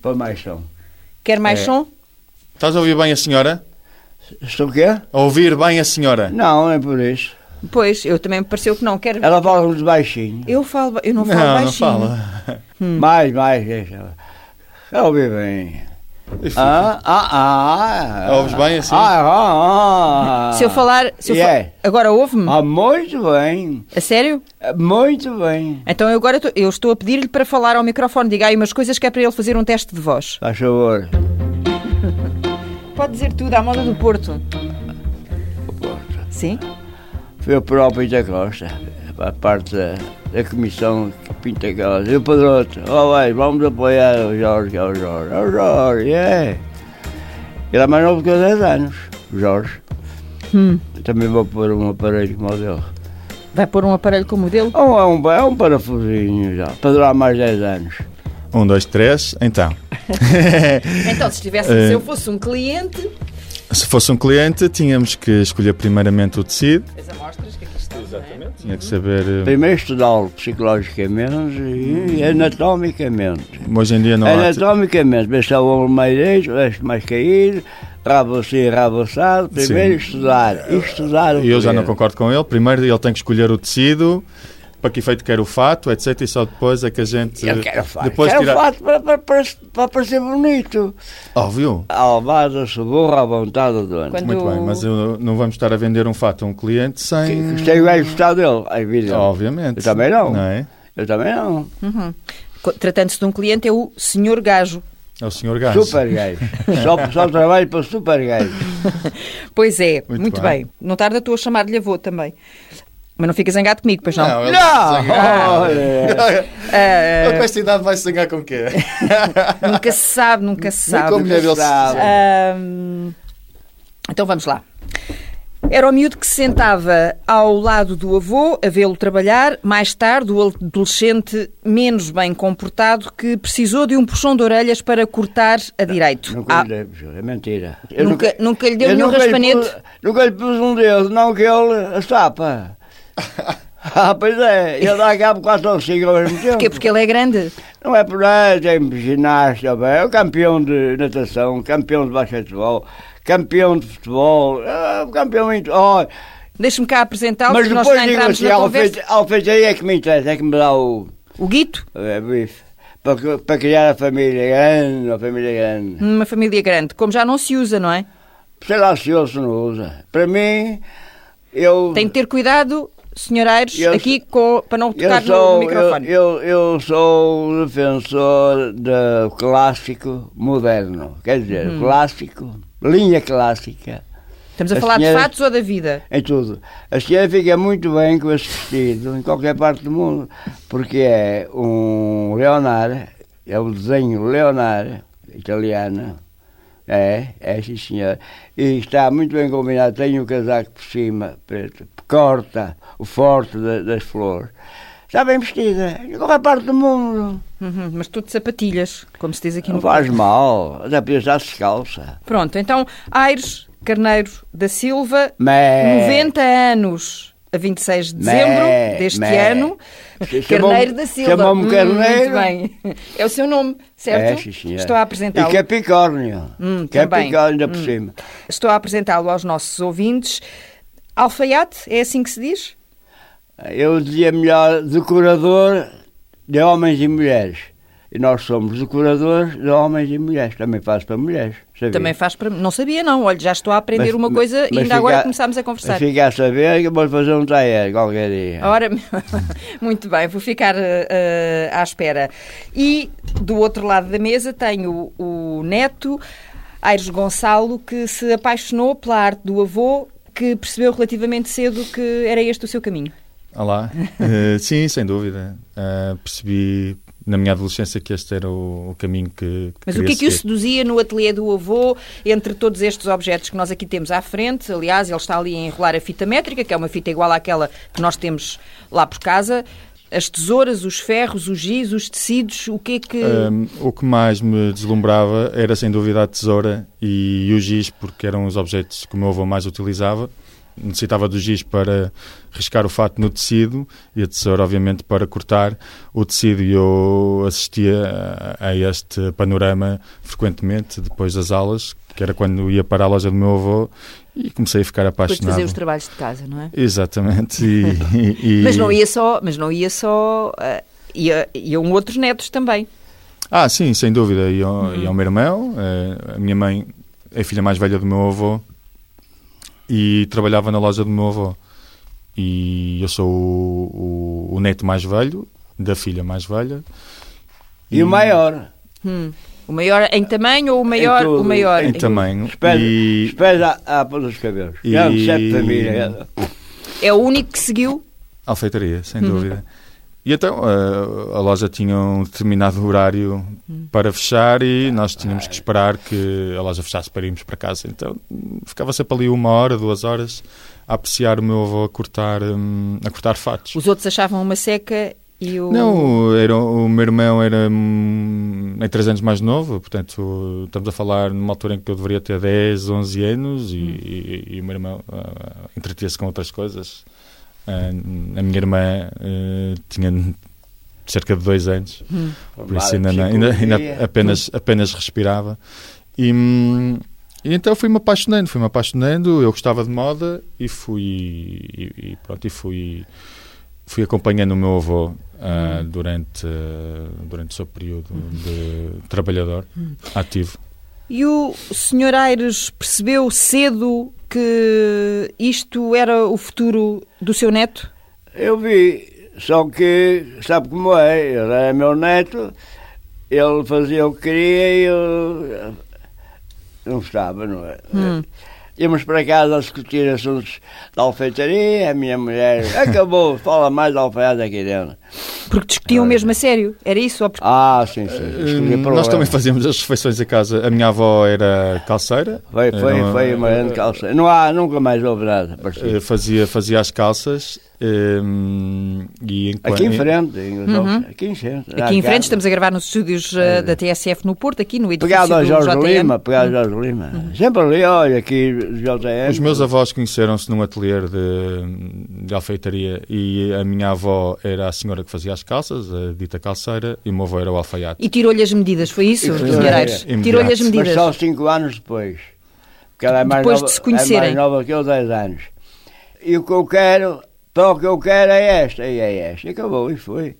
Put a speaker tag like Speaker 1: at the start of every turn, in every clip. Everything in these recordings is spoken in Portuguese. Speaker 1: para mais som.
Speaker 2: Quer mais
Speaker 1: É.
Speaker 2: som?
Speaker 3: Estás a ouvir bem a senhora?
Speaker 1: Estou o quê?
Speaker 3: A ouvir bem a senhora?
Speaker 1: Não, não é por isso.
Speaker 2: Pois, eu também me pareceu que não quero.
Speaker 1: Ela fala muito baixinho.
Speaker 2: Eu falo, ba- eu não falo
Speaker 3: não, não
Speaker 2: baixinho.
Speaker 3: fala.
Speaker 1: Hum. Mais, mais, deixa. Ela ouve bem. Ah, ah, ah.
Speaker 3: Ouves bem assim?
Speaker 1: Ah, ah, ah.
Speaker 2: Se eu falar, se eu fa-
Speaker 1: Yeah.
Speaker 2: agora ouve-me?
Speaker 1: Ah, muito bem. É,
Speaker 2: A sério?
Speaker 1: Muito bem.
Speaker 2: Então eu agora tô- eu estou a pedir-lhe para falar ao microfone, diga aí umas coisas que é para ele fazer um teste de voz.
Speaker 1: Faz favor.
Speaker 2: Pode dizer tudo à moda do Porto. Sim?
Speaker 1: Foi o próprio da Costa, a parte da, da comissão que pinta aquelas. E o Pedroto, ó vai, vamos apoiar o Jorge, ó Jorge, ó Jorge, é. Ele é mais novo que eu, 10 anos, o Jorge. Também vou pôr um aparelho como o dele.
Speaker 2: Hum. Vai pôr um aparelho como o dele?
Speaker 1: É um, é um, é um parafusinho já, para durar mais 10 anos.
Speaker 3: Um, dois, três, então.
Speaker 2: Então, se, estivesse,
Speaker 3: É.
Speaker 2: se eu fosse um cliente,
Speaker 3: Se fosse um cliente, tínhamos que escolher primeiramente o tecido.
Speaker 2: as amostras que aqui estão. é?
Speaker 3: Tinha que saber. eh,
Speaker 1: Primeiro estudá-lo psicologicamente é e anatomicamente.
Speaker 3: eh, Hoje em dia não há.
Speaker 1: Anatomicamente, ver se é o ombro mais eixo, eixo mais caído, rabo assim, rabo assado. Primeiro estudar, estudar o
Speaker 3: E eu já
Speaker 1: primeiro.
Speaker 3: não concordo com ele. Primeiro ele tem que escolher o tecido, para que efeito quer o fato, etc. E só depois é que a gente.
Speaker 1: Eu quero fato.
Speaker 3: Depois
Speaker 1: quero
Speaker 3: tirar.
Speaker 1: fato para, para, para, para parecer bonito.
Speaker 3: Óbvio.
Speaker 1: Alvada, segura, à vontade, dona.
Speaker 2: Quando-
Speaker 3: Ah, Muito bem, mas eu, não vamos estar a vender um fato a um cliente sem.
Speaker 1: Que tem o velho gostar dele, é evidente.
Speaker 3: Obviamente.
Speaker 1: Eu também não.
Speaker 3: é?
Speaker 1: Eu também não.
Speaker 2: Co- Tratando-se de um cliente, é o senhor gajo.
Speaker 3: É o senhor Gajo.
Speaker 1: Super gajo. só, só trabalho para super gajo.
Speaker 2: Pois é, muito,
Speaker 3: Muito
Speaker 2: bem.
Speaker 3: bem.
Speaker 2: Não tarda tu a chamar-lhe avô também. Mas não fica zangado comigo, pois não.
Speaker 3: ele
Speaker 1: Não!
Speaker 3: vai
Speaker 1: Olha.
Speaker 3: sangar.
Speaker 2: Ah,
Speaker 3: Ele com esta idade vai sangar com o quê?
Speaker 2: nunca se sabe, nunca se
Speaker 3: Nem
Speaker 2: sabe.
Speaker 3: com a mulher dele se-
Speaker 1: Sabe.
Speaker 2: Ahm, então vamos lá. Era o miúdo que se sentava ao lado do avô a vê-lo trabalhar. Mais tarde, o adolescente menos bem comportado que precisou de um puxão de orelhas para cortar a direito.
Speaker 1: Nunca
Speaker 2: Ah,
Speaker 1: lhe dei, juro, é mentira.
Speaker 2: Nunca- nunca lhe deu
Speaker 1: eu
Speaker 2: nenhum
Speaker 1: nunca lhe
Speaker 2: raspanete?
Speaker 1: pus- Nunca lhe pus um dedo, não que ele a sapa. ah, pois é, ele dá cabo quatro ou cinco ao mesmo tempo.
Speaker 2: porquê? Porque ele é grande.
Speaker 1: Não é por aí, tem ginástica, bem, é o campeão de natação, campeão de basquetebol, campeão de futebol, é o campeão em... Oh,
Speaker 2: Deixe-me cá apresentá-lo,
Speaker 1: mas
Speaker 2: porque nós já
Speaker 1: depois digo
Speaker 2: entramos
Speaker 1: assim,
Speaker 2: na
Speaker 1: a
Speaker 2: conversa.
Speaker 1: alfe- a alfeitaria é que me interessa, é que me dá o...
Speaker 2: O Guito,
Speaker 1: É, bife, para, cri- para criar a família grande, a família grande.
Speaker 2: numa família grande, como já não se usa, não é?
Speaker 1: Sei lá se eu se não usa. Para mim, eu.
Speaker 2: Tem que ter cuidado, senhor Aires,
Speaker 1: Eu-
Speaker 2: aqui com- para não
Speaker 1: eu
Speaker 2: tocar no- no
Speaker 1: sou, eu,
Speaker 2: microfone.
Speaker 1: eu, eu sou defensor do clássico moderno. Quer dizer,
Speaker 2: Hum.
Speaker 1: clássico, linha clássica,
Speaker 2: Estamos a,
Speaker 1: a
Speaker 2: falar
Speaker 1: senhora-
Speaker 2: de fatos ou da vida?
Speaker 1: em É tudo. A senhora fica muito bem com esse vestido em qualquer parte do mundo, porque é um Leonardo, é o desenho Leonardo, italiano. É, é sim senhor. E está muito bem combinado. Tem o casaco por cima, preto, corta o forte da- das flores. Está bem vestida, em qualquer parte do mundo.
Speaker 2: Uhum, mas tudo de sapatilhas, como se diz aqui
Speaker 1: Não
Speaker 2: no
Speaker 1: faz mal, até podia estar descalça.
Speaker 2: Pronto, então Aires Carneiro da Silva,
Speaker 1: Mé.
Speaker 2: 90 anos a 26 de dezembro
Speaker 1: Mé,
Speaker 2: deste
Speaker 1: mé.
Speaker 2: ano.
Speaker 1: Chamou-me-
Speaker 2: Carneiro da Silva.
Speaker 1: chamou-me
Speaker 2: Hum,
Speaker 1: Carneiro.
Speaker 2: Muito bem. É o seu nome,
Speaker 1: É,
Speaker 2: certo?
Speaker 1: sim, senhor.
Speaker 2: Estou a apresentá-lo.
Speaker 1: E Capricórnio.
Speaker 2: Hum, também.
Speaker 1: Capricórnio ainda por cima.
Speaker 2: Estou a apresentá-lo aos nossos ouvintes. Alfaiate, é assim que se diz?
Speaker 1: Eu dizia melhor decorador de homens e mulheres. E nós somos decoradores de homens e mulheres. Também faço para mulheres. sabia?
Speaker 2: Também faz para mim. Não sabia, não. Olha, já estou a aprender
Speaker 1: Mas-
Speaker 2: uma coisa e
Speaker 1: mas
Speaker 2: ainda agora
Speaker 1: fica-
Speaker 2: começámos a conversar. Oh.
Speaker 1: Fica a saber que eu vou fazer um taller qualquer dia.
Speaker 2: Ora, muito bem, vou ficar eh, eh, à espera. E do outro lado da mesa tenho o neto, Aires Gonçalo, que se apaixonou pela arte do avô, que percebeu relativamente cedo que era este o seu caminho.
Speaker 3: Olá. Eh, sim, sem dúvida. Ah, percebi na minha adolescência que este era o, o caminho que.
Speaker 2: Mas o
Speaker 3: queria
Speaker 2: que é que o
Speaker 3: seguir.
Speaker 2: seduzia no ateliê do avô, entre todos estes objetos que nós aqui temos à frente? Aliás, ele está ali a enrolar a fita métrica, que é uma fita igual àquela que nós temos lá por casa. As tesouras, os ferros, os giz, os tecidos, o que é que...
Speaker 3: Ahm, o que mais me deslumbrava era sem dúvida a tesoura e o giz, porque eram os objetos que o meu avô mais utilizava. necessitava dos giz para riscar o fato no tecido e a tesoura, obviamente, para cortar o tecido. E eu assistia a este panorama frequentemente, depois das aulas, que era quando ia para a loja do meu avô e comecei a ficar
Speaker 2: Depois de
Speaker 3: apaixonado.
Speaker 2: fazer os trabalhos de casa, não é?
Speaker 3: Exatamente. E, e- e-
Speaker 2: Mas não ia só, mas não ia só. ah, ia, iam outros netos também.
Speaker 3: Ah, sim, sem dúvida. E ao, e ao meu irmão, eh, a minha mãe é a filha mais velha do meu avô e trabalhava na loja do meu avô. E eu sou o, o- o neto mais velho, da filha mais velha.
Speaker 1: E o maior.
Speaker 2: Hum. O maior em tamanho ou o maior?
Speaker 1: tudo,
Speaker 2: o maior
Speaker 3: Em tamanho.
Speaker 1: Os pés,
Speaker 3: E-
Speaker 1: os pés à, à pelos dos cabelos. É um Grande
Speaker 3: E-
Speaker 1: chefe de família.
Speaker 2: É o único que seguiu.
Speaker 3: Alfeitaria, sem dúvida. E então a, a loja tinha um determinado horário para fechar e nós tínhamos que esperar que a loja fechasse para irmos para casa. Então hum, ficava sempre ali uma hora, duas horas a apreciar o meu avô a cortar, hum, a cortar fatos.
Speaker 2: Os outros achavam uma seca e o.
Speaker 3: Não, era, o meu irmão era hum, é três anos mais novo, portanto estamos a falar numa altura em que eu deveria ter 10, 11 anos e, e- e o meu irmão ah, entretinha-se com outras coisas. Ah, a minha irmã ah, tinha cerca de dois anos, por isso ainda, não- ainda- ainda apenas, apenas respirava. E, hum, e então fui-me apaixonando, fui-me apaixonando, eu gostava de moda e fui, e, e pronto, e fui, fui acompanhando o meu avô ah, durante, ah, durante o seu período de trabalhador
Speaker 1: Hum.
Speaker 3: ativo.
Speaker 4: E o Sr. Aires percebeu cedo que isto era o futuro do seu neto?
Speaker 1: Eu vi, só que sabe como é, ele era meu neto, ele fazia o que queria e eu eh, não gostava, não é?
Speaker 4: Hum.
Speaker 1: Íamos para casa a discutir assuntos da alfeitaria, a minha mulher acabou, fala mais da alfaiada aqui dentro.
Speaker 4: Porque discutiam mesmo a sério? Era isso? Ou porque...
Speaker 1: Ah, sim, sim. isto tinha
Speaker 3: Hum,
Speaker 1: problema.
Speaker 3: Nós também fazíamos as refeições a casa. A minha avó era calceira. eh,
Speaker 1: Foi, foi,
Speaker 3: Era-
Speaker 1: foi uma grande calça. Não há, nunca mais houve nada parecido.
Speaker 3: Então, Eh, fazia, fazia as calças hum, e enquanto,
Speaker 1: Aqui em frente, em- aqui em frente.
Speaker 4: Uhum. Aqui em frente
Speaker 1: lá cá.
Speaker 4: estamos a gravar nos estúdios eh, da TSF no Porto, aqui no edifício
Speaker 1: Pegado ao
Speaker 4: do
Speaker 1: É.
Speaker 4: Hum.
Speaker 1: Jorge
Speaker 4: JM.
Speaker 1: Lima, pegado ao Jorge Lima. Sempre ali, olha, aqui JM.
Speaker 3: Os meus avós conheceram-se num atelier de, de alfeitaria e a minha avó era a senhora que fazia as calças, a dita calceira, e o meu avô era o alfaiate.
Speaker 2: E tirou-lhe as medidas, foi isso,
Speaker 1: E foi-
Speaker 2: Sr. Aires?
Speaker 3: Imediato.
Speaker 2: Tirou-lhe as
Speaker 1: Mas
Speaker 2: medidas.
Speaker 1: só cinco anos depois. Porque ela é mais
Speaker 4: Depois de
Speaker 1: nova,
Speaker 4: se conhecerem.
Speaker 1: É mais nova que eu, 10 anos. E o que eu quero, só o que eu quero é esta, e é esta. E acabou, e foi.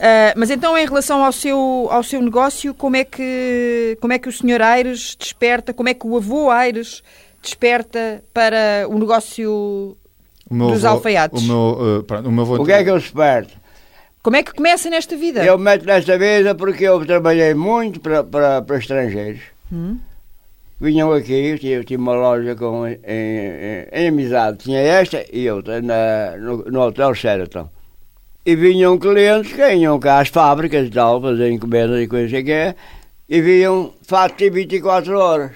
Speaker 4: Ah, mas então, em relação ao seu, ao seu negócio, como é, que, como é que o Sr. Aires desperta, como é que o avô Aires desperta para o negócio?
Speaker 3: O meu
Speaker 4: Dos
Speaker 3: avô-
Speaker 4: alfaiates.
Speaker 3: O meu, eh, pronto, o meu avô
Speaker 1: O que é que eu esperto?
Speaker 4: Como é que começa nesta vida?
Speaker 1: Eu meto nesta vida porque eu trabalhei muito para, para, para estrangeiros.
Speaker 4: Hum?
Speaker 1: Vinham aqui, eu tinha, eu tinha uma loja com, em, em- em amizade, tinha esta e outra na, no, no Hotel Sheraton. E vinham clientes que vinham cá às fábricas e tal, fazer encomendas e coisas que é, e vinham fatos em 24 horas.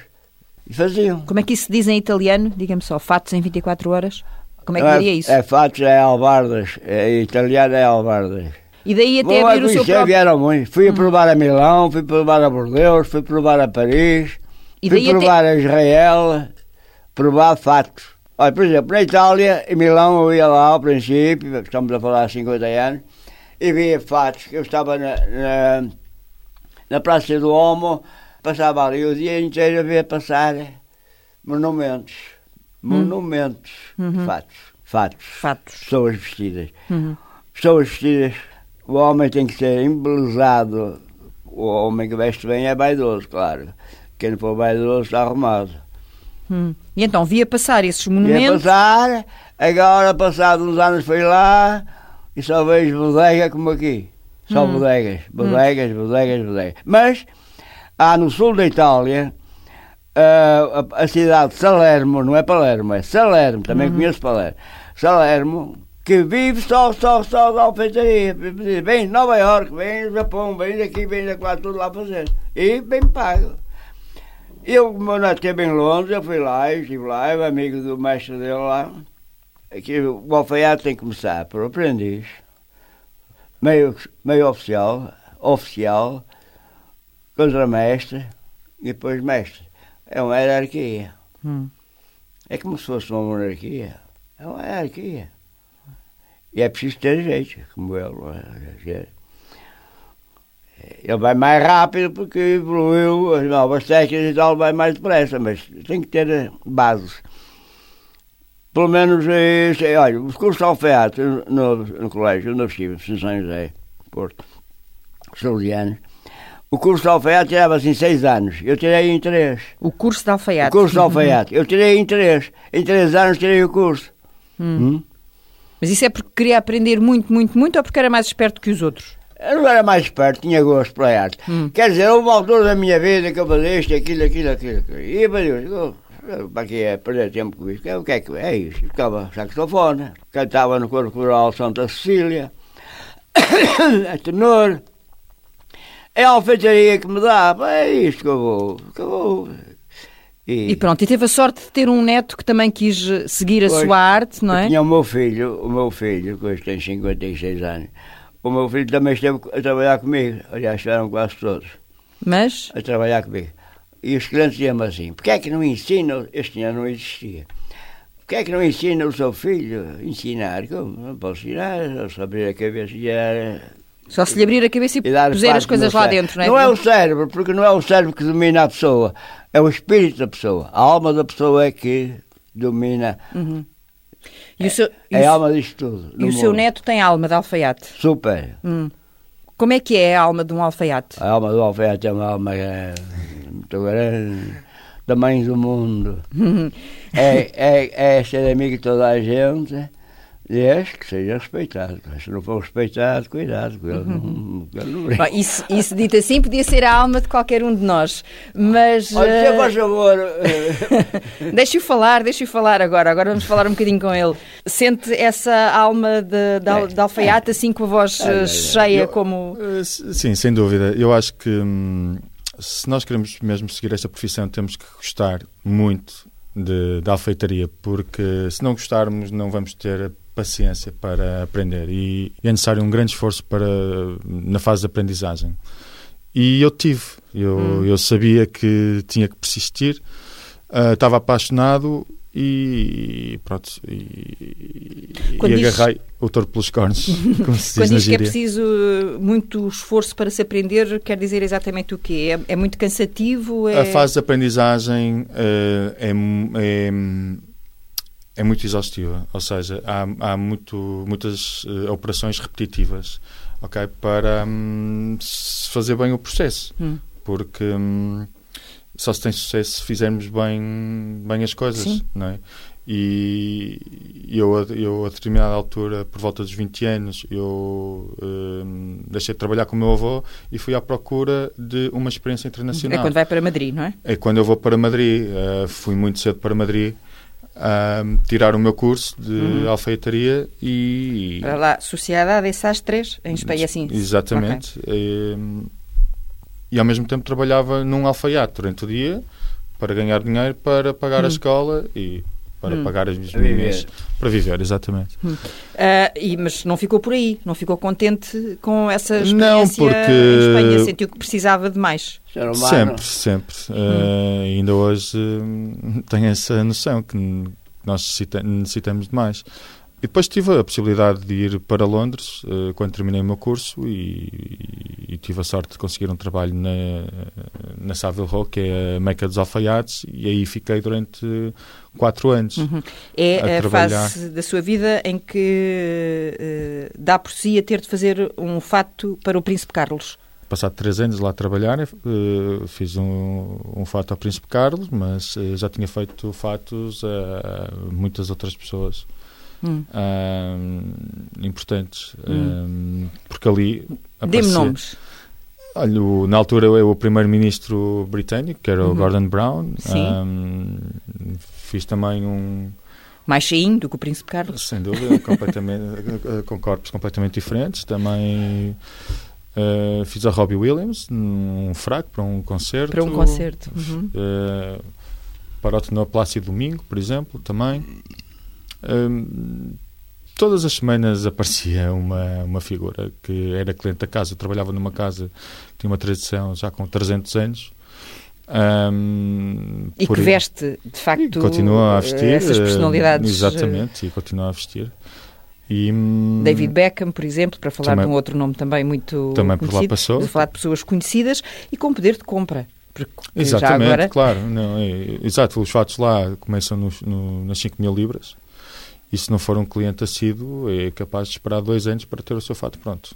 Speaker 1: E faziam.
Speaker 2: Como é que isso se diz em italiano? Diga-me só, fatos em 24 horas? Como é
Speaker 1: Não
Speaker 2: que diria isso?
Speaker 1: É fatos, é albardas. É, em italiano é albardas.
Speaker 2: E daí até
Speaker 1: Bom,
Speaker 2: abrir o
Speaker 1: conhecer,
Speaker 2: seu próprio. Hum.
Speaker 1: vieram muito. Fui provar a Milão, fui provar a Bordeaux, fui provar a Paris,
Speaker 2: E
Speaker 1: fui
Speaker 2: daí até-
Speaker 1: provar a Israel, provar fatos. Olha, por exemplo, na Itália, em Milão, eu ia lá ao princípio, estamos a falar há 50 anos, e via fatos. Eu estava na, na, na Praça do Homo, passava ali o dia inteiro a ver passar né? monumentos. Monumentos. Fatos. Fatos.
Speaker 2: Fatos.
Speaker 1: Pessoas vestidas pessoas vestidas. O homem tem que ser embelezado. O homem que veste bem é vaidoso, claro. Quem não for vaidoso está arrumado.
Speaker 2: Hum. E então via passar esses
Speaker 1: Ia
Speaker 2: monumentos.
Speaker 1: é passar, é agora, passado uns anos, fui lá e só vejo bodega como aqui. Só bodegas, bodegas, bodegas, bodegas. Mas há no sul da Itália ah, a, a cidade de Salermo, não é Palermo, é Salermo, também conheço Palermo. Salermo, que vive só, só, só da alfeitaria. Vem de Nova Iorque, vem do Japão, vem daqui, vem da quase tudo lá fazer. E bem pago. Eu, meu neto esteve em Londres, eu fui lá, eu estive lá, eu era amigo do mestre dele lá. Aqui, o alfaiate tem que começar por aprendiz, meio, meio oficial, oficial, contramestre e depois mestre. É uma hierarquia.
Speaker 2: Hum.
Speaker 1: É como se fosse uma monarquia. É uma hierarquia. E é preciso ter jeito, como ele. quer dizer, Ele vai mais rápido porque evoluiu, as novas técnicas e tal, vai mais depressa, mas tem que ter né, bases. Pelo menos é isso. aí. Olha, os cursos de alfaiate no, no colégio, onde eu estive, em São José, Porto, Solianos, o curso de alfaiate tirava-se em seis anos. Eu tirei em três.
Speaker 2: O curso de alfaiate. Uhum.
Speaker 1: O curso de alfaiate. Eu tirei em três. Em três anos tirei o curso. Hum?
Speaker 2: Mas isso é porque queria aprender muito, muito, muito ou porque era mais esperto que os outros?
Speaker 1: Eu não era mais esperto, tinha gosto para a arte. Quer dizer, houve altura da minha vida que eu fazia isto, aquilo, aquilo, aquilo. aquilo. E para Deus, eu- para que é perder tempo com isso? O que é que é isso? Ficava saxofone, cantava no coro coral Santa Cecília, é tenor. É a alfaiataria que me dá, é isto que eu vou. Que eu vou.
Speaker 2: E pronto, e teve a sorte de ter um neto que também quis eh, seguir a
Speaker 1: Pois.
Speaker 2: sua arte, não
Speaker 1: Eu
Speaker 2: é?
Speaker 1: Tinha o meu filho, o meu filho, que hoje tem 56 anos. O meu filho também esteve a trabalhar comigo. Aliás, estiveram quase todos
Speaker 2: Mas,
Speaker 1: a trabalhar comigo. E os clientes diziam assim, porquê é que não ensina, este dinheiro não existia, porquê é que não ensina o seu filho a ensinar? Como? Não posso ensinar, é só abrir a cabeça e dar,
Speaker 2: só se lhe abrir a cabeça e,
Speaker 1: e dar
Speaker 2: puser
Speaker 1: parte
Speaker 2: as
Speaker 1: do
Speaker 2: coisas
Speaker 1: meu
Speaker 2: lá
Speaker 1: cérebro.
Speaker 2: dentro, não é?
Speaker 1: Não é o cérebro, porque não é o cérebro que domina a pessoa, é o espírito da pessoa. A alma da pessoa é que domina,
Speaker 2: E o seu, e
Speaker 1: é
Speaker 2: o-
Speaker 1: a alma disto tudo.
Speaker 2: Uhum. e
Speaker 1: no
Speaker 2: o seu
Speaker 1: mundo.
Speaker 2: neto tem alma de alfaiate.
Speaker 1: Super.
Speaker 2: Como é que é a alma de um alfaiate?
Speaker 1: A alma do alfaiate é uma alma eh, muito grande, tamanho do mundo. é, é, é ser amigo de toda a gente, desde que seja respeitado. Mas se não for respeitado, cuidado, porque eu
Speaker 2: Uhum.
Speaker 1: não, eu não brinco.
Speaker 2: Bom, isso, isso dito assim podia ser a alma de qualquer um de nós, mas
Speaker 1: Olha,
Speaker 2: eh,
Speaker 1: se faz um favor, eh,
Speaker 2: deixe-o falar, deixe-o falar agora. Agora vamos falar um bocadinho com ele. Sente essa alma de, de, al- de alfaiate
Speaker 3: É.
Speaker 2: assim com a voz eh, cheia como
Speaker 3: Eh, s- Sim, sem dúvida. Eu acho que hum, se nós queremos mesmo seguir esta profissão, temos que gostar muito de, da alfeitaria, porque se não gostarmos, não vamos ter a paciência para aprender. E é necessário um grande esforço para, na fase de aprendizagem. E eu tive. Eu,
Speaker 2: Hum.
Speaker 3: eu sabia que tinha que persistir, ah, estava apaixonado. E pronto, e, e
Speaker 2: Quando diz-
Speaker 3: agarrei o touro pelos cornos, como se diz
Speaker 2: Quando diz
Speaker 3: na
Speaker 2: que é
Speaker 3: gíria.
Speaker 2: preciso eh, muito esforço para se aprender, quer dizer exatamente o quê? É, é muito cansativo? É...
Speaker 3: A fase de aprendizagem eh, é, mu- é, é muito exaustiva, ou seja, há, há muito, muitas eh, operações repetitivas ok, para hum, se fazer bem o processo,
Speaker 2: Hum.
Speaker 3: porque hum, só se tem sucesso se fizermos bem, bem as coisas,
Speaker 2: Sim.
Speaker 3: não é? E eu, a- eu, a determinada altura, por volta dos 20 anos, eu hum, deixei de trabalhar com o meu avô e fui à procura de uma
Speaker 2: É
Speaker 3: experiência internacional.
Speaker 2: quando vai para Madrid, não é?
Speaker 3: É quando eu vou para Madrid, eh, fui muito cedo para Madrid ah, tirar o meu curso de alfaiataria e.
Speaker 2: Para lá, Sociedade de Sastres, em Espanha, assim.
Speaker 3: Exatamente. Eh, E, ao mesmo tempo trabalhava num alfaiate durante o dia para ganhar dinheiro para pagar a escola e para pagar as minhas
Speaker 1: Para viver.
Speaker 3: minhas- Para viver, exatamente.
Speaker 2: Ah, e, mas não ficou por aí, não ficou contente com essa experiência
Speaker 3: Não, porque-
Speaker 2: em Espanha, sentiu que precisava de mais.
Speaker 1: ser humano.
Speaker 3: Sempre, sempre. Eh, ainda hoje eh, tenho essa noção que n- nós necessita- necessitamos de mais. E depois tive a possibilidade de ir para Londres eh, quando terminei o meu curso e, e tive a sorte de conseguir um trabalho na, na Savile Row, que é a Meca dos Alfaiates, e aí fiquei durante quatro anos.
Speaker 2: É
Speaker 3: A
Speaker 2: a,
Speaker 3: trabalhar.
Speaker 2: fase da sua vida em que eh, dá por si a ter de fazer um fato para o Príncipe Carlos.
Speaker 3: Passado três anos lá a trabalhar, eh, fiz um, um fato ao Príncipe Carlos, mas eh, já tinha feito fatos a muitas outras pessoas.
Speaker 2: Hum.
Speaker 3: ah, importantes. ah, porque ali.
Speaker 2: Dê-me
Speaker 3: aparecia-
Speaker 2: nomes.
Speaker 3: Olha, o- na altura eu, o primeiro-ministro britânico, que era o
Speaker 2: Uhum.
Speaker 3: Gordon Brown.
Speaker 2: Sim.
Speaker 3: ah, fiz também um.
Speaker 2: Mais cheinho do que o Príncipe Carlos.
Speaker 3: Sem dúvida, completamente, eh, com corpos completamente diferentes. Também. ah, fiz a Robbie Williams num fraco para um concerto
Speaker 2: Para um concerto. Uhum.
Speaker 3: eh, para o tenor Plácido Domingo, por exemplo, também. Hum, todas as semanas aparecia uma, uma figura que era cliente da casa. Eu trabalhava numa casa que tinha uma tradição já com 300 anos. Ah, Um,
Speaker 2: E
Speaker 3: por-
Speaker 2: que veste, de
Speaker 3: e
Speaker 2: facto,
Speaker 3: continua a vestir.
Speaker 2: essas
Speaker 3: eh,
Speaker 2: personalidades. eh,
Speaker 3: Exatamente, e continua a vestir. E, hum,
Speaker 2: David Beckham, por exemplo, para falar
Speaker 3: Também-
Speaker 2: de um outro nome também muito
Speaker 3: Também por lá
Speaker 2: conhecido,
Speaker 3: passou.
Speaker 2: de falar de pessoas conhecidas e com poder de compra. Porque já
Speaker 3: Exatamente,
Speaker 2: agora
Speaker 3: claro. Não, é- exato, os fatos lá começam nos- no- nas 5 mil libras e se não for um cliente assíduo é capaz de esperar dois anos para ter o seu fato pronto.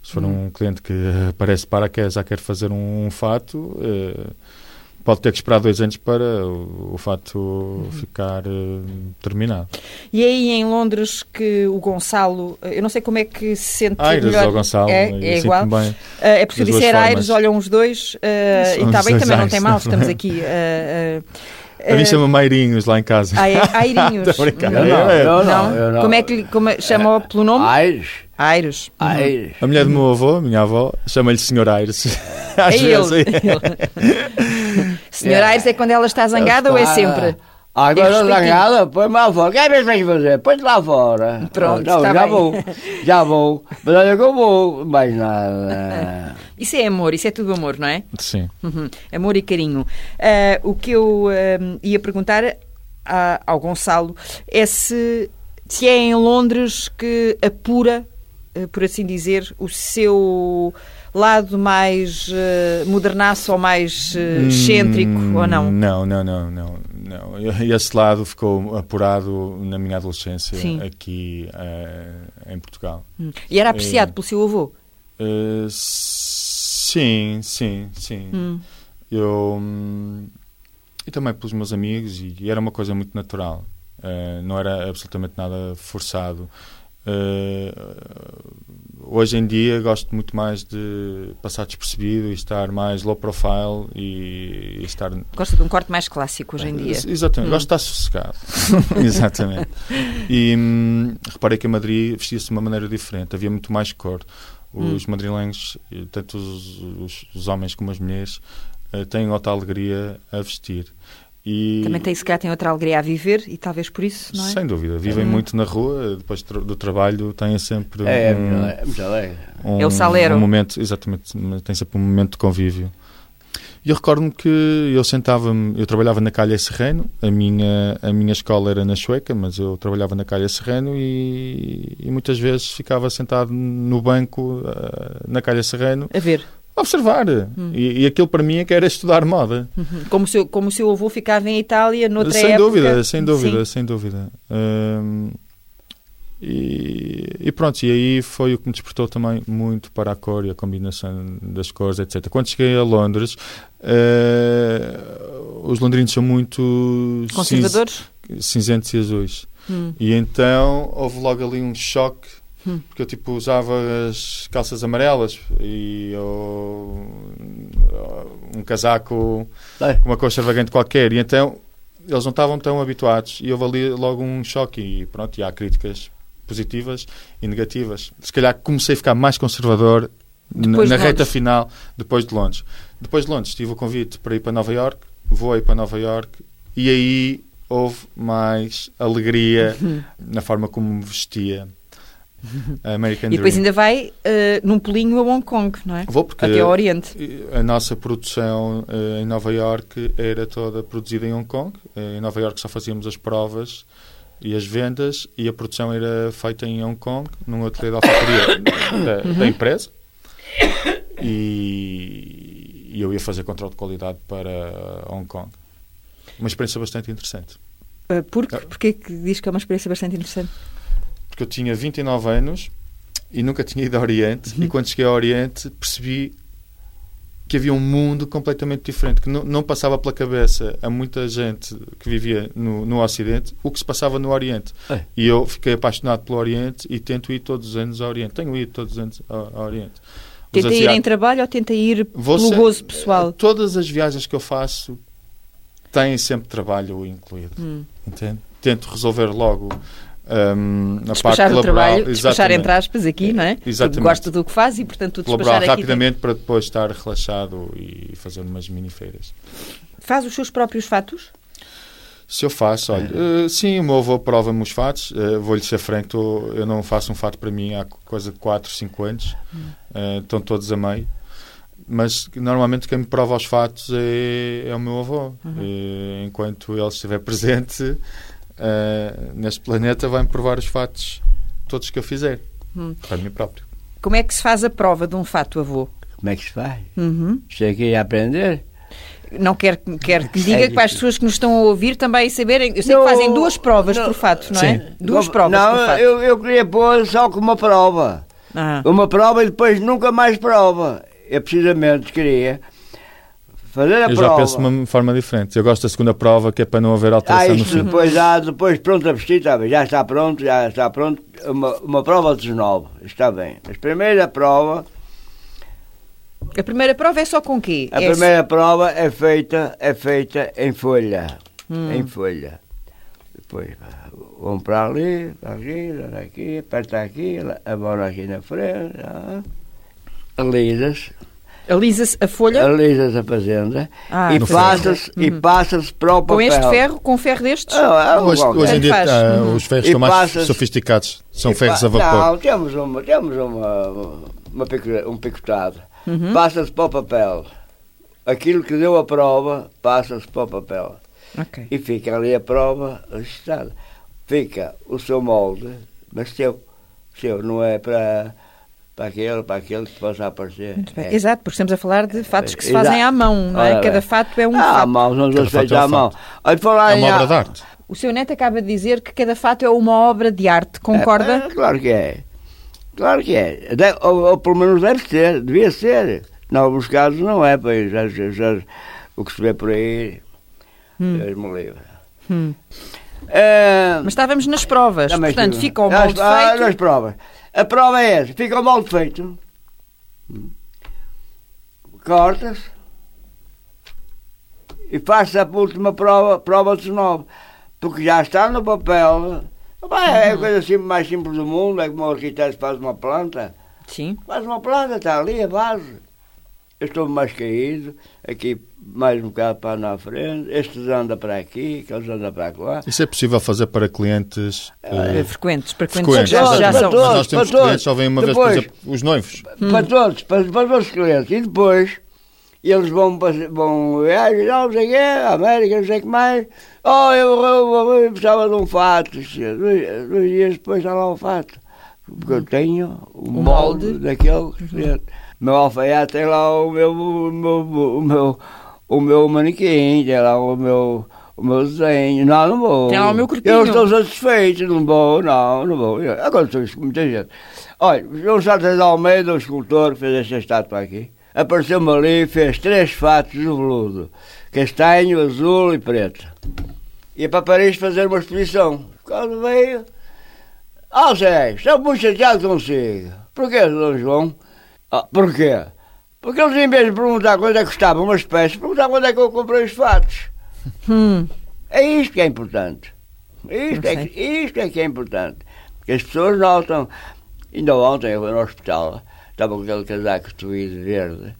Speaker 3: Se for
Speaker 2: Hum.
Speaker 3: um cliente que eh, aparece de paraquedas já quer fazer um, fato, eh, pode ter que esperar dois anos para o, o fato
Speaker 2: Hum.
Speaker 3: ficar eh, terminado.
Speaker 2: E é aí em Londres que o Gonçalo, eu não sei como é que se sente
Speaker 3: Aires
Speaker 2: melhor.
Speaker 3: ao Ah, Gonçalo,
Speaker 2: é,
Speaker 3: eu
Speaker 2: é
Speaker 3: sinto-me
Speaker 2: igual.
Speaker 3: bem.
Speaker 2: Ah, é porque se
Speaker 3: das duas
Speaker 2: disser
Speaker 3: formas.
Speaker 2: Aires, olham os dois ah, e
Speaker 3: São
Speaker 2: está
Speaker 3: os
Speaker 2: bem
Speaker 3: dois
Speaker 2: também, não
Speaker 3: Aires,
Speaker 2: tem mal,
Speaker 3: não é?
Speaker 2: estamos aqui. ah, ah,
Speaker 3: A mim
Speaker 2: ah,
Speaker 3: chama Mairinhos lá em casa.
Speaker 2: ah, é, Airinhos.
Speaker 3: Tô brincando.
Speaker 1: Eu não,
Speaker 3: É.
Speaker 1: eu não, eu não. Ah,
Speaker 2: Como é que lhe- como é- chama-o pelo nome? Uhum.
Speaker 1: Aires,
Speaker 2: Aires.
Speaker 1: Aires.
Speaker 3: A mulher do meu avô, a minha avó, chama-lhe Senhor Aires. Às
Speaker 2: É
Speaker 3: vezes,
Speaker 2: ele.
Speaker 3: é.
Speaker 2: Senhor
Speaker 1: É.
Speaker 2: Aires é quando ela está zangada ou é
Speaker 1: Ah,
Speaker 2: sempre?
Speaker 1: Agora
Speaker 2: Tem respeitinho.
Speaker 1: zangada, põe-me à fora. O que é mesmo que vais fazer? Põe-te lá fora. Ah,
Speaker 2: Pronto,
Speaker 1: Não,
Speaker 2: está
Speaker 1: já
Speaker 2: bem.
Speaker 1: vou, já vou. Mas olha que eu vou, mais nada.
Speaker 2: Isso é amor, isso é tudo amor, não é?
Speaker 3: Sim.
Speaker 2: Uhum. Amor e carinho. Ah, o que eu ah, ia perguntar a- ao Gonçalo é se, se é em Londres que apura, ah, por assim dizer, o seu lado mais ah, modernaço ou mais ah, excêntrico
Speaker 3: Hum,
Speaker 2: ou não?
Speaker 3: Não, não, não, não, não. E- Esse lado ficou apurado na minha adolescência
Speaker 2: Sim.
Speaker 3: aqui eh, em Portugal.
Speaker 2: Hum. E era apreciado
Speaker 3: É.
Speaker 2: pelo seu avô.
Speaker 3: Eh, sim, sim, sim.
Speaker 2: Hum.
Speaker 3: Eu hum, e também pelos meus amigos e, e era uma coisa muito natural. Eh, não era absolutamente nada forçado. Eh, hoje em dia gosto muito mais de passar despercebido e estar mais low profile e- e estar
Speaker 2: Gosta de um corte mais clássico hoje em dia.
Speaker 3: Ex- Exatamente, gosto de estar sossegado. Exatamente. E hum, reparei que em Madrid vestia-se de uma maneira diferente, havia muito mais cor.
Speaker 2: Hum.
Speaker 3: Os madrilenhos, eh, tanto os, os- os homens como as mulheres, eh, têm outra alegria a vestir. E,
Speaker 2: Também tem, se calhar, tem outra alegria a viver e talvez por isso, não é?
Speaker 3: Sem dúvida, vivem muito na rua, depois tra- do trabalho têm sempre
Speaker 1: É, é
Speaker 3: um-
Speaker 1: muito alegre, muito alegre.
Speaker 3: um,
Speaker 2: É o salero.
Speaker 3: um momento, exatamente, tem sempre um momento de convívio. E eu recordo-me que eu sentava-me, eu trabalhava na Calha Serrano, a minha, a minha escola era na Sueca, mas eu trabalhava na Calha Serrano e, e muitas vezes ficava sentado no banco ah, na Calha Serrano
Speaker 2: A ver,
Speaker 3: a observar.
Speaker 2: Hum.
Speaker 3: E, e aquilo para mim é que era estudar moda.
Speaker 2: Uhum. como o seu, como o seu avô ficava em Itália, noutra
Speaker 3: sem
Speaker 2: época.
Speaker 3: dúvida, sem dúvida,
Speaker 2: Sim.
Speaker 3: sem dúvida. Hum, e, e pronto, e aí foi o que me despertou também muito para a cor e a combinação das cores, etc. Quando cheguei a Londres, eh, os londrinos são muito
Speaker 2: Conservadores?
Speaker 3: cinz- cinzentos e azuis.
Speaker 2: Hum.
Speaker 3: E então houve logo ali um choque, porque eu tipo usava as calças amarelas e eu- um casaco
Speaker 1: Ai.
Speaker 3: com uma cor extravagante qualquer. E então eles não estavam tão habituados e houve ali logo um choque. E pronto, e há críticas positivas e negativas. Se calhar comecei a ficar mais conservador na-
Speaker 2: Depois de
Speaker 3: na
Speaker 2: Londres.
Speaker 3: reta final, depois de Londres. Depois de Londres tive o convite para ir para Nova York, voei para Nova York e aí houve mais alegria
Speaker 2: Uhum.
Speaker 3: na forma como me vestia. A American
Speaker 2: E depois
Speaker 3: Dream.
Speaker 2: ainda vai eh, num pulinho a Hong Kong, não é?
Speaker 3: Vou porque
Speaker 2: Até ao Oriente.
Speaker 3: a nossa produção eh, em Nova Iorque era toda produzida em Hong Kong. Eh, Em Nova Iorque só fazíamos as provas e as vendas e a produção era feita em Hong Kong, num ateliê de alfaiataria da,
Speaker 2: Uhum.
Speaker 3: da empresa. E, e eu ia fazer controle de qualidade para Hong Kong. Uma experiência bastante interessante.
Speaker 2: Eh,
Speaker 3: Ah.
Speaker 2: Porque, porque é que diz que é uma experiência bastante interessante?
Speaker 3: Porque eu tinha 29 anos e nunca tinha ido ao Oriente. E quando cheguei ao Oriente percebi que havia um mundo completamente diferente, que não, não passava pela cabeça a muita gente que vivia no, no Ocidente o que se passava no Oriente.
Speaker 1: É.
Speaker 3: E eu fiquei apaixonado pelo Oriente e tento ir todos os anos ao Oriente. Tenho ido todos os anos ao, ao Oriente. Os
Speaker 2: Tenta ir em
Speaker 3: asiáticos-
Speaker 2: trabalho ou tenta ir
Speaker 3: Vou
Speaker 2: pelo
Speaker 3: ser-
Speaker 2: gozo pessoal?
Speaker 3: Todas as viagens que eu faço têm sempre trabalho incluído.
Speaker 2: Hum.
Speaker 3: Entende? Tento resolver logo hum, a parte
Speaker 2: Despachar o
Speaker 3: laboral.
Speaker 2: trabalho, despachar
Speaker 3: Exatamente.
Speaker 2: entre aspas aqui, não é? Porque
Speaker 3: Exatamente.
Speaker 2: Gosta do que faz e, portanto, o
Speaker 3: colaborar
Speaker 2: despachar aqui.
Speaker 3: rapidamente para depois estar relaxado e fazer umas mini-feiras.
Speaker 2: tem- Faz os seus próprios fatos?
Speaker 3: Se eu faço, olha, eh, sim, o meu avô prova-me os fatos, eh, vou-lhe ser franco, tô- Hum. eu não faço um fato para mim há coisa de 4, 5 anos, Eh, estão todos a meio. mas normalmente quem me prova os fatos é, é o meu avô. Uhum. E, enquanto ele estiver presente uh, neste planeta, vai-me provar os fatos todos que eu fizer, uhum. para mim próprio.
Speaker 2: Como é que se faz a prova de um fato, avô?
Speaker 1: Como é que se faz? Uhum. Sei que ia aprender.
Speaker 2: Não quer, quer que diga é para as pessoas que nos estão a ouvir também saberem. Eu sei não, que fazem duas provas não, por fato, não sim. é? Duas provas
Speaker 1: não,
Speaker 2: por fato.
Speaker 1: Eu, eu queria pôr só com uma prova. Ah. Uma prova e depois nunca mais prova eu precisamente queria fazer a
Speaker 3: eu
Speaker 1: prova.
Speaker 3: Eu já penso de uma forma diferente. Eu gosto da segunda prova, que é para não haver
Speaker 1: ah,
Speaker 3: alteração
Speaker 1: isto Depois, há, depois pronto a vestir, está bem, já está pronto, já está pronto. Uma, uma prova de 19, está bem. Mas primeira prova...
Speaker 2: A primeira prova é só com quê?
Speaker 1: A
Speaker 2: é
Speaker 1: primeira isso? prova é feita, é feita em folha. Hum. Em folha. Depois vão para ali, para aqui, para aqui, aperta aqui, agora aqui na frente. Ah alisas.
Speaker 2: Alisa-se a folha? Hum.
Speaker 1: Alisa-se a fazenda ah, e passa-se uhum. passa para o papel.
Speaker 2: Com este ferro? Com ferro destes?
Speaker 1: Ah, ah,
Speaker 3: hoje, hoje em dia ah, uhum. os ferros e são mais sofisticados. São ferros a vapor.
Speaker 1: Não, temos, uma, temos uma, uma pico, um picotado. Uhum. Passa-se para o papel. Aquilo que deu a prova, passa-se para o papel.
Speaker 2: Okay.
Speaker 1: E fica ali a prova registrada. Fica o seu molde, mas seu. Seu, não é para para aquele, para aquele que possa aparecer.
Speaker 2: É. Exato, porque estamos a falar de fatos que se Exato. fazem à mão, não é? Olha, Cada fato é um ah, fato. À
Speaker 1: mão, são dois feitos
Speaker 3: é um
Speaker 1: à mão. Olha,
Speaker 3: falar é uma
Speaker 1: ah.
Speaker 3: obra a... de arte.
Speaker 2: O seu neto acaba de dizer que cada fato é uma obra de arte, concorda?
Speaker 1: É, claro que é. Claro que é. Deve, ou, ou, pelo menos deve ser, devia ser. Em alguns casos não é, pois já, já, já, o que se vê por aí, hum. Deus me livre.
Speaker 2: Hum. É... Mas estávamos nas provas, Também portanto, estive. fica o molde feito.
Speaker 1: eh, Ah, nas provas. A prova é essa. Fica o molde feito. Cortas. E passa a última prova, prova 19. Porque já está no papel. É
Speaker 2: Uhum.
Speaker 1: a coisa simples, mais simples do mundo. É como o arquiteto faz uma planta.
Speaker 2: Sim.
Speaker 1: Faz uma planta, está ali a base. Eu estou mais caído, aqui mais um bocado para na frente, estes andam para aqui, aqueles andam para lá.
Speaker 3: Isso é possível fazer para clientes eh,
Speaker 2: uh, frequentes, para clientes
Speaker 3: frequentes.
Speaker 2: já,
Speaker 3: já,
Speaker 2: já
Speaker 3: são.
Speaker 2: Todos,
Speaker 3: nós temos clientes, todos. só vêm uma depois, vez, por exemplo, os noivos.
Speaker 1: Hum. Para todos, para, para os meus clientes. E depois eles vão, vão ah, não sei o quê, América, não sei o que mais. Oh, eu, eu, eu, eu precisava de um fato. Dois, dois dias depois está lá o um fato. Porque eu tenho o, o Um molde, molde daquele cliente. Uhum meu alfaiate tem lá o meu, o meu, o meu, o meu manequim, tem lá o meu, o meu desenho. Não, não vou.
Speaker 2: Tem lá o meu corpinho.
Speaker 1: Eu estou satisfeito, não vou, não, não vou. Aconteceu isso com muita gente. Olha, o Santos Almeida, o escultor, fez esta estátua aqui. Apareceu-me ali e fez três fatos de veludo: castanho, azul e preto. Ia para Paris fazer uma exposição. Quando veio. Ah, Zé, estou muito chateado consigo. Porquê, Dom João? Ah, porquê? Porque eles, em vez de perguntar quanto é que custavam umas peças, perguntavam quando é que eu comprei os fatos.
Speaker 2: Hum.
Speaker 1: É isto que é importante. Isto é, que, isto é que é importante. Porque as pessoas notam. Ainda ontem eu fui no hospital, estava com aquele casaco tuído verde,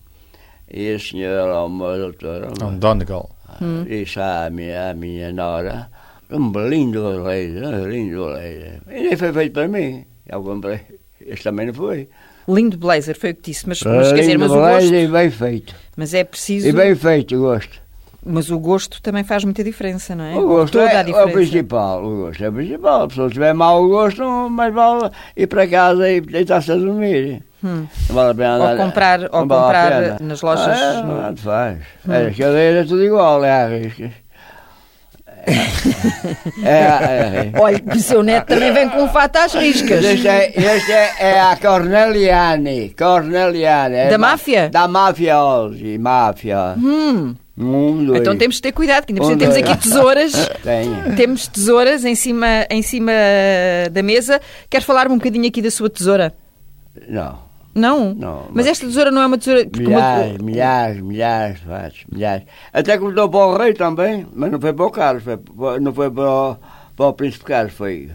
Speaker 1: e a senhora, uma doutora. Uma,
Speaker 3: um Donegal.
Speaker 1: Hum. Disse à minha, à minha nora: um lindo leite, um lindo leite. E nem foi feito para mim. Eu comprei. Este também não foi.
Speaker 2: Lindo blazer, foi o que disse, mas, mas quer dizer, mas o gosto...
Speaker 1: e bem feito.
Speaker 2: Mas é preciso...
Speaker 1: E bem feito o gosto.
Speaker 2: Mas o gosto também faz muita diferença, não é?
Speaker 1: O gosto Toda é, é o principal, o gosto é o principal. A pessoa tiver mau gosto, mais vale ir para casa e deitar-se a dormir.
Speaker 2: Hum. Não vale a pena ou comprar, ou comprar nas lojas... Ah,
Speaker 1: não, não É, faz. Hum. As cadeiras é tudo igual, é à risca.
Speaker 2: é, é, é. Olha, o seu neto também vem com um fato às riscas.
Speaker 1: Este é, este é, a Corneliani. Corneliani. é
Speaker 2: Da máfia?
Speaker 1: Da máfia hoje, máfia.
Speaker 2: Hum.
Speaker 1: Um, dois.
Speaker 2: Então temos de ter cuidado, que ainda um, temos aqui tesouras.
Speaker 1: Tenho.
Speaker 2: Temos tesouras em cima, em cima da mesa. Quer falar-me um bocadinho aqui da sua tesoura?
Speaker 1: Não.
Speaker 2: Não?
Speaker 1: não mas,
Speaker 2: mas, esta tesoura não é uma tesoura.
Speaker 1: Milhares, uma... milhares, milhares, faz, milhares. Até que me deu para o rei também, mas não foi para o Carlos, foi, não foi para o, para o Príncipe Carlos, foi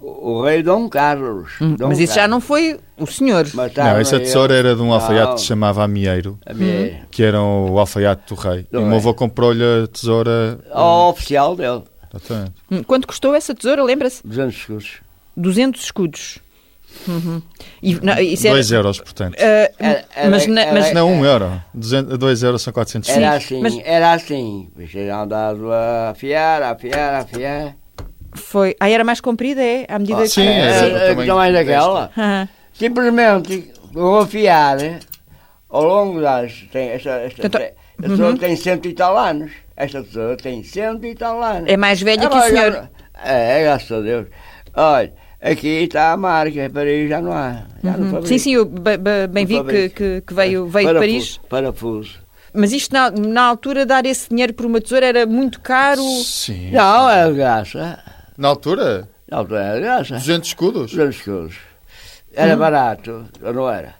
Speaker 1: o, o rei Dom Carlos.
Speaker 2: Hum,
Speaker 1: Dom
Speaker 2: mas
Speaker 1: Carlos.
Speaker 2: isso já não foi o senhor.
Speaker 1: um Mas,
Speaker 3: tá, não, essa tesoura eu... era de um alfaiate não. que se chamava Amieiro,
Speaker 1: Amieiro,
Speaker 3: que era o alfaiate do rei. Do e o meu avô comprou-lhe a tesoura.
Speaker 2: Uhum.
Speaker 1: Ao hum. oficial dele.
Speaker 3: Exatamente.
Speaker 2: Hum, Quanto custou essa tesoura, lembra-se?
Speaker 1: 200 escudos.
Speaker 2: 200 escudos. Uhum. E, não, isso era-
Speaker 3: 2 euros, portanto.
Speaker 2: Ah,
Speaker 1: Era- era-
Speaker 2: mas na-
Speaker 1: era-
Speaker 2: mas-
Speaker 3: não, 1 um euro. 2 euros são 400
Speaker 1: Era
Speaker 3: euros.
Speaker 1: assim,
Speaker 2: mas-
Speaker 1: era assim. Vocês andavam a afiar, a afiar, a afiar.
Speaker 2: foi... ah, era mais comprida, é? À medida
Speaker 3: Ah,
Speaker 2: que...
Speaker 3: sim, era.
Speaker 2: Ah,
Speaker 3: do
Speaker 1: Era,
Speaker 3: tamanho
Speaker 1: não é
Speaker 3: desta.
Speaker 1: daquela.
Speaker 2: ah.
Speaker 1: Simplesmente, o afiar, né? ao longo das... Tem, esta, esta,
Speaker 2: Então-
Speaker 1: esta pessoa tem cento e tal anos. Esta pessoa tem cento e tal anos.
Speaker 2: É mais velha que o
Speaker 1: Olha,
Speaker 2: senhor.
Speaker 1: É, graças a Deus. Olha, aqui está a marca, Paris já não há. Já não fabrica.
Speaker 2: Uhum. Sim, sim, eu be- be- bem
Speaker 1: Não
Speaker 2: vi que,
Speaker 1: fabrica.
Speaker 2: que- que veio, veio de
Speaker 1: Parafuso,
Speaker 2: Paris.
Speaker 1: Parafuso.
Speaker 2: Mas isto, na, na altura, dar esse dinheiro por uma tesoura era muito caro.
Speaker 3: Sim.
Speaker 1: Não, é de graça.
Speaker 3: Na altura,
Speaker 1: Não, não é de graça.
Speaker 3: 200 escudos.
Speaker 1: Os escuros. Era barato, ou não era?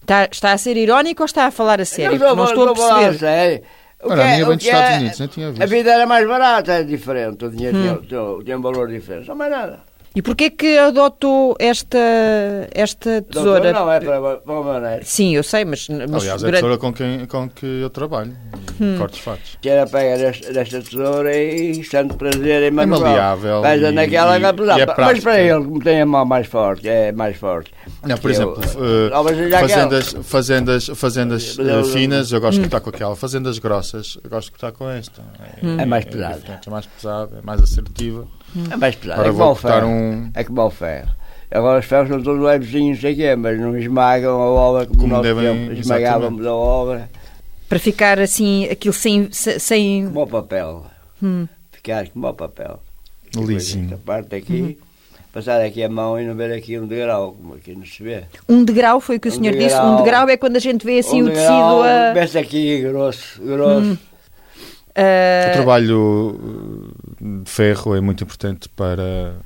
Speaker 2: Está, está a ser irónico ou está a falar a sério? Não, estou a
Speaker 1: vou falar
Speaker 2: perceber.
Speaker 1: sério. O
Speaker 3: Olha,
Speaker 1: que
Speaker 3: a
Speaker 1: é-
Speaker 3: minha
Speaker 1: o
Speaker 3: vem dos
Speaker 1: que é-
Speaker 3: Estados Unidos, nem tinha
Speaker 1: A
Speaker 3: visto.
Speaker 1: vida era mais barata, é diferente. O
Speaker 2: Hum.
Speaker 1: dinheiro tinha- tinha, tinha um valor diferente. Não mais nada.
Speaker 2: E porquê que adotou esta, esta
Speaker 1: Doutor,
Speaker 2: tesoura?
Speaker 1: Não, é para, para o maneiro.
Speaker 2: Sim, eu sei, mas... mas
Speaker 3: Aliás, é a
Speaker 2: durante-
Speaker 3: tesoura com, quem, com que eu trabalho. Cortes fatos.
Speaker 1: Era pega desta, desta tesoura e santo prazer em manual.
Speaker 3: maleável
Speaker 1: Mas é
Speaker 3: e-
Speaker 1: naquela
Speaker 3: e-
Speaker 1: que precisava.
Speaker 3: e é
Speaker 1: Mas
Speaker 3: prática.
Speaker 1: para ele, como tem a mão mais forte, é mais forte.
Speaker 3: Não, por
Speaker 1: Eu-
Speaker 3: exemplo, eh,
Speaker 1: Ah, mas olha aquela.
Speaker 3: fazendas, fazendas, fazendas
Speaker 1: Mas
Speaker 3: eh,
Speaker 1: eu-
Speaker 3: finas, eu gosto de cortar com aquela. Fazendas grossas, eu gosto de cortar com esta.
Speaker 1: É mais pesada.
Speaker 3: diferente, É mais pesada, é mais assertiva.
Speaker 2: Hum.
Speaker 1: É mais pesado.
Speaker 3: Agora
Speaker 1: é
Speaker 3: vou
Speaker 1: como o
Speaker 3: cortar
Speaker 1: ferro.
Speaker 3: um-
Speaker 1: É como o ferro. Agora os ferros são todos levezinhos, não sei quê, mas não esmagam a obra como,
Speaker 3: Como
Speaker 1: nós
Speaker 3: devem-
Speaker 1: tempo esmagávamos a obra.
Speaker 2: Para ficar assim, aquilo sem... se- sem...
Speaker 1: Como o papel.
Speaker 2: Hum.
Speaker 1: Ficar como o papel. Esta
Speaker 3: Lisinho.
Speaker 1: parte
Speaker 2: Uhum.
Speaker 1: aqui, passar aqui a mão e não ver aqui um degrau, como aqui não se vê.
Speaker 2: Um degrau foi o que o
Speaker 1: Um
Speaker 2: senhor disse.
Speaker 1: degrau.
Speaker 2: Um degrau é quando a gente vê assim
Speaker 1: um
Speaker 2: o tecido a... Uhum.
Speaker 1: Veste aqui, grosso, grosso.
Speaker 3: O
Speaker 2: a-
Speaker 3: trabalho eh, de ferro é muito importante para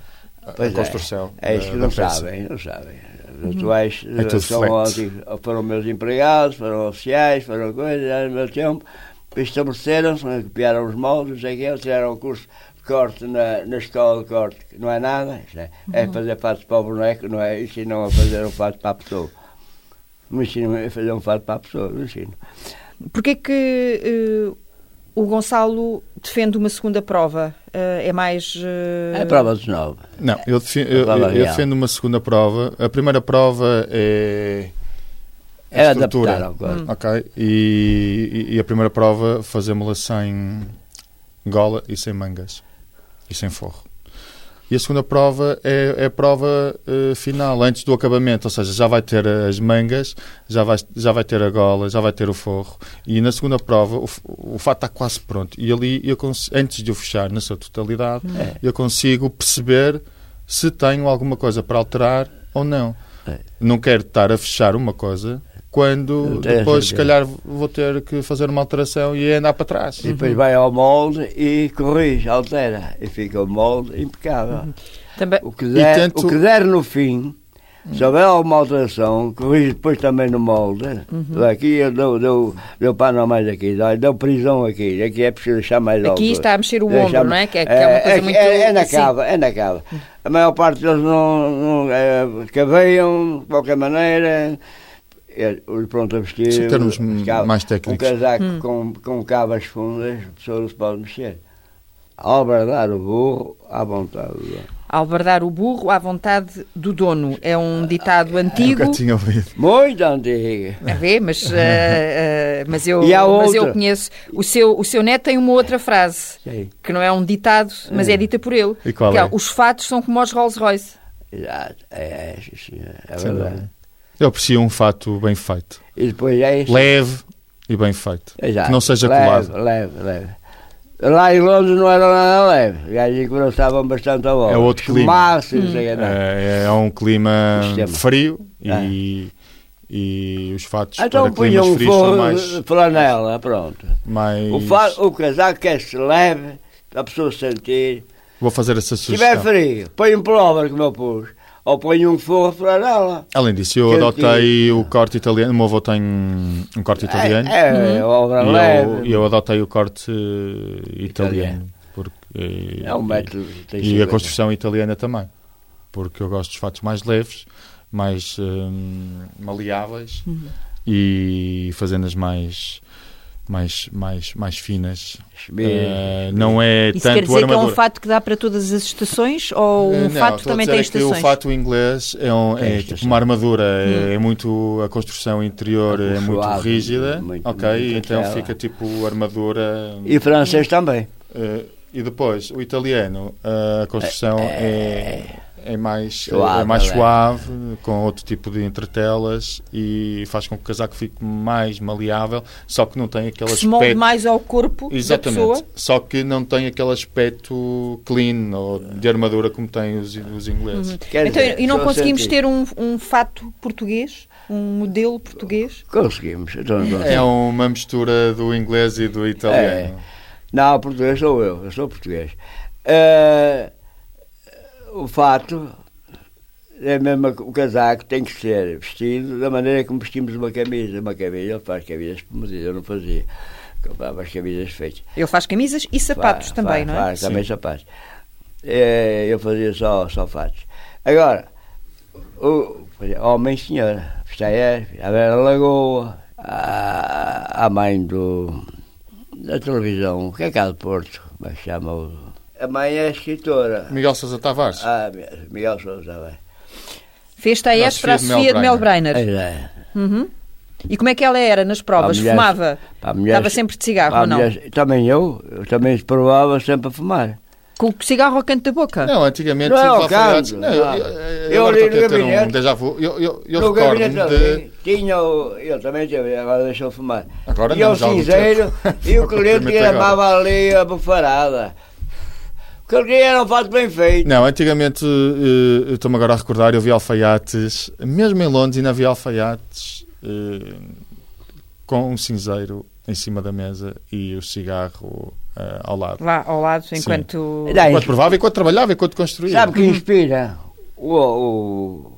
Speaker 3: a- a
Speaker 1: Pois é.
Speaker 3: construção.
Speaker 1: É isso que
Speaker 3: da-
Speaker 1: não
Speaker 3: da peça.
Speaker 1: sabem, não sabem. Os
Speaker 2: Uhum.
Speaker 1: atuais
Speaker 3: É tudo
Speaker 1: são
Speaker 3: flex.
Speaker 1: ótimos. foram meus empregados, foram oficiais, foram coisas, era o meu tempo. Estabeleceram-se, copiaram os moldes, não sei o quê, tiraram o curso de corte na, na escola de corte, que não é nada, isto é, é
Speaker 2: Uhum.
Speaker 1: fazer fatos para o boneco, não é? Ensinam a fazer um fato para a pessoa. Me ensinam a fazer um fato para a pessoa, não ensinam.
Speaker 2: Porquê que eh, o Gonçalo defende uma segunda prova? Eh, é mais... eh,
Speaker 1: É a prova dos nove.
Speaker 3: Não, eu, defi- eu-
Speaker 1: É prova
Speaker 3: eu- eu
Speaker 1: real.
Speaker 3: defendo uma segunda prova. A primeira prova é. a
Speaker 1: Era
Speaker 3: estrutura.
Speaker 1: É adaptar ao corpo.
Speaker 3: Ok. E, e- e a primeira prova, fazemos-la sem gola e sem mangas. E sem forro. E a segunda prova é, é a prova eh, final, antes do acabamento. Ou seja, já vai ter as mangas, já vai, já vai ter a gola, já vai ter o forro. E na segunda prova, o, f- o fato está quase pronto. E ali, eu cons- antes de o fechar na sua totalidade,
Speaker 1: É.
Speaker 3: eu consigo perceber se tenho alguma coisa para alterar ou não.
Speaker 1: É.
Speaker 3: Não quero estar a fechar uma coisa quando
Speaker 1: Não tem
Speaker 3: depois, se
Speaker 1: certeza.
Speaker 3: calhar, vou ter que fazer uma alteração e é andar para trás.
Speaker 1: E depois vai ao molde e corrige, altera. E fica o molde impecável.
Speaker 2: também-
Speaker 1: O que der,
Speaker 3: E tanto-
Speaker 1: o que der no fim, se houver alguma alteração, corrige depois também no molde. Daqui eu dou, dou, deu pano a mais aqui, dou, dou prisão aqui. Aqui é preciso deixar mais alto.
Speaker 2: Aqui está a mexer o
Speaker 1: Deixa-
Speaker 2: ombro, não é? Que é, que é uma coisa
Speaker 1: é,
Speaker 2: muito...
Speaker 1: é- é na
Speaker 2: assim.
Speaker 1: cava, é na cava. A maior parte deles não, não é, caveiam, de qualquer maneira. É, o pronto a vestir.
Speaker 3: São termos
Speaker 1: os cava-
Speaker 3: mais técnicos.
Speaker 1: Um casaco
Speaker 2: Hum.
Speaker 1: com, com cavas fundas, a pessoa não se pode mexer. Ao bradar o burro, à vontade do dono.
Speaker 2: Albardar o burro à vontade do dono. É um ditado antigo.
Speaker 3: Nunca tinha ouvido.
Speaker 1: Muito antiga.
Speaker 2: A ver, mas, eh, eh, mas, eu,
Speaker 1: E há
Speaker 2: mas eu
Speaker 1: outra.
Speaker 2: conheço. O seu, o seu neto tem uma outra frase,
Speaker 1: Sim.
Speaker 2: que não é um ditado, mas
Speaker 1: Hum.
Speaker 2: é dita por ele.
Speaker 3: E qual
Speaker 2: que
Speaker 3: é?
Speaker 2: Os fatos são como os Rolls Royce.
Speaker 1: Exato. É, é, sim, senhor. é
Speaker 3: Sem
Speaker 1: verdade.
Speaker 3: dúvida. Eu aprecio um fato bem feito.
Speaker 1: E depois é isso.
Speaker 3: Leve e bem feito.
Speaker 1: Exato.
Speaker 3: Que não seja
Speaker 1: É leve,
Speaker 3: colado.
Speaker 1: Leve, leve. Lá em Londres não era nada leve. Os gajos engrossavam bastante a bola.
Speaker 3: É outro clima.
Speaker 1: Chumaço,
Speaker 4: Hum.
Speaker 1: não sei o que é.
Speaker 3: É, é um clima
Speaker 1: Sistema.
Speaker 3: frio e, e os fatos
Speaker 1: Ah. Então
Speaker 3: para climas
Speaker 1: punham um
Speaker 3: frios
Speaker 1: forro
Speaker 3: são mais...
Speaker 1: de flanela, pronto.
Speaker 3: mais...
Speaker 1: O, fa- o casaco quer-se leve, para a pessoa sentir.
Speaker 3: Vou fazer essa
Speaker 1: Se tiver
Speaker 3: sugestão.
Speaker 1: frio, põe um plover, como eu pus. Ou põe um forro de flanela.
Speaker 3: Além disso, eu
Speaker 1: Que
Speaker 3: adotei o corte italiano. O meu avô tem um corte italiano.
Speaker 1: É,
Speaker 4: Uhum.
Speaker 1: é obra
Speaker 3: e eu,
Speaker 1: leve.
Speaker 3: eu adotei o corte eh, italiano. Porque, eh,
Speaker 1: É um método. tem
Speaker 3: E a
Speaker 1: cinquenta.
Speaker 3: construção italiana também. Porque eu gosto dos fatos mais leves,
Speaker 1: Uhum.
Speaker 3: mais hum, maleáveis e fazendas mais mais, mais, mais finas.
Speaker 1: assim, Bem,
Speaker 3: Eh, não é
Speaker 2: Isso
Speaker 3: tanto
Speaker 2: quer dizer que é
Speaker 3: armadura.
Speaker 2: um fato que dá para todas as estações ou um
Speaker 3: Não,
Speaker 2: fato
Speaker 3: estou a
Speaker 2: também
Speaker 3: dizer
Speaker 2: tem
Speaker 3: é que
Speaker 2: estações?
Speaker 3: O fato inglês é, um-
Speaker 1: Tem
Speaker 3: é
Speaker 1: estações.
Speaker 3: tipo uma armadura,
Speaker 4: Hum.
Speaker 3: é, é muito a construção interior
Speaker 1: É
Speaker 3: é muito
Speaker 1: suave,
Speaker 3: rígida,
Speaker 1: muito-
Speaker 3: ok,
Speaker 1: muito
Speaker 3: então
Speaker 1: aquela.
Speaker 3: fica tipo armadura.
Speaker 1: E francês também.
Speaker 3: eh, e depois o italiano, eh, a construção é, é mais
Speaker 1: Suave,
Speaker 3: é mais
Speaker 1: não é?
Speaker 3: suave, com outro tipo de entretelas e faz com que o casaco fique mais maleável, só que não tem aquele
Speaker 4: que se molde
Speaker 3: aspecto
Speaker 4: mais ao corpo da
Speaker 3: Exatamente.
Speaker 4: pessoa.
Speaker 3: Só que não tem aquele aspecto clean ou de armadura como têm os, os ingleses.
Speaker 1: Quer
Speaker 4: então,
Speaker 1: dizer,
Speaker 4: e não
Speaker 1: só
Speaker 4: conseguimos
Speaker 1: sentido.
Speaker 4: ter um, um fato português, um modelo português?
Speaker 1: Conseguimos. Então, então.
Speaker 3: É uma mistura do inglês e do italiano.
Speaker 1: Não, português sou eu, eu sou português. Eh, o fato é mesmo o casaco tem que ser vestido da maneira como vestimos uma camisa. Uma camisa, ele faz camisas medidas, eu não fazia. Comprava as camisas feitas.
Speaker 4: Ele faz camisas e sapatos
Speaker 1: Faz,
Speaker 4: também,
Speaker 1: faz,
Speaker 4: não é?
Speaker 1: faz, também sapatos. Eh, eu fazia só, só fatos. Agora, o, olha, homem e senhora, está aí, é, a Vera Lagoa, a, a mãe do, da televisão, que é cá do Porto, mas chama o... A mãe é escritora.
Speaker 3: Miguel Sousa Tavares.
Speaker 1: Ah, Mi- Miguel Sousa, vai.
Speaker 2: Fez TAES
Speaker 3: Nossa
Speaker 2: para a
Speaker 3: Sofia de
Speaker 2: Sofia de Melbreiner.
Speaker 1: Aí já é.
Speaker 2: Uhum. E como é que ela era nas provas?
Speaker 1: Para a mulher-
Speaker 2: Fumava?
Speaker 1: para a mulher-
Speaker 2: Estava sempre de cigarro
Speaker 1: para a
Speaker 2: ou não?
Speaker 1: mulher- também eu, eu também provava sempre a fumar.
Speaker 2: Com o cigarro ao canto da boca?
Speaker 3: Não, antigamente
Speaker 1: Não é
Speaker 3: os
Speaker 1: ao
Speaker 3: alfaiates-
Speaker 1: canto,
Speaker 3: Não, eu,
Speaker 1: não.
Speaker 3: eu,
Speaker 1: Eu
Speaker 3: eu agora
Speaker 1: li
Speaker 3: estou a
Speaker 1: no
Speaker 3: ter um
Speaker 1: gabinete.
Speaker 3: déjà vu. Eu, eu, eu
Speaker 1: No gabinete
Speaker 3: recordo-me de.
Speaker 1: também Tinha o, eu também tive, agora deixou fumar.
Speaker 3: Agora
Speaker 1: e
Speaker 3: não,
Speaker 1: o
Speaker 3: já há algum
Speaker 1: cinzeiro
Speaker 3: tempo.
Speaker 1: e o cliente que
Speaker 3: Permite agora.
Speaker 1: amava ali a bufarada. O que ele queria era um fato bem feito.
Speaker 3: Não, antigamente, eh, eu estou-me agora a recordar, eu vi alfaiates, mesmo em Londres ainda havia alfaiates eh, com um cinzeiro em cima da mesa e o cigarro eh, ao lado.
Speaker 4: Lá ao lado,
Speaker 3: Sim.
Speaker 4: enquanto.
Speaker 1: Dá,
Speaker 3: Enquanto provava, enquanto trabalhava, enquanto construía.
Speaker 1: Sabe que inspira? Hum. O, o-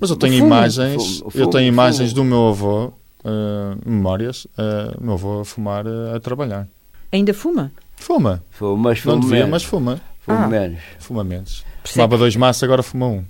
Speaker 3: Mas eu tenho
Speaker 1: fumo,
Speaker 3: imagens,
Speaker 1: fumo,
Speaker 3: eu
Speaker 1: fumo,
Speaker 3: tenho imagens
Speaker 1: fumo.
Speaker 3: do meu avô, eh, memórias, eh, meu avô a fumar eh, a trabalhar.
Speaker 2: Ainda fuma?
Speaker 3: Fuma,
Speaker 1: Fumo, mas fumo
Speaker 3: não devia,
Speaker 1: menos.
Speaker 3: mas fuma.
Speaker 1: fumo
Speaker 2: Ah.
Speaker 1: menos.
Speaker 3: Fuma menos.
Speaker 1: é
Speaker 3: Fumava dois maços, agora fuma um.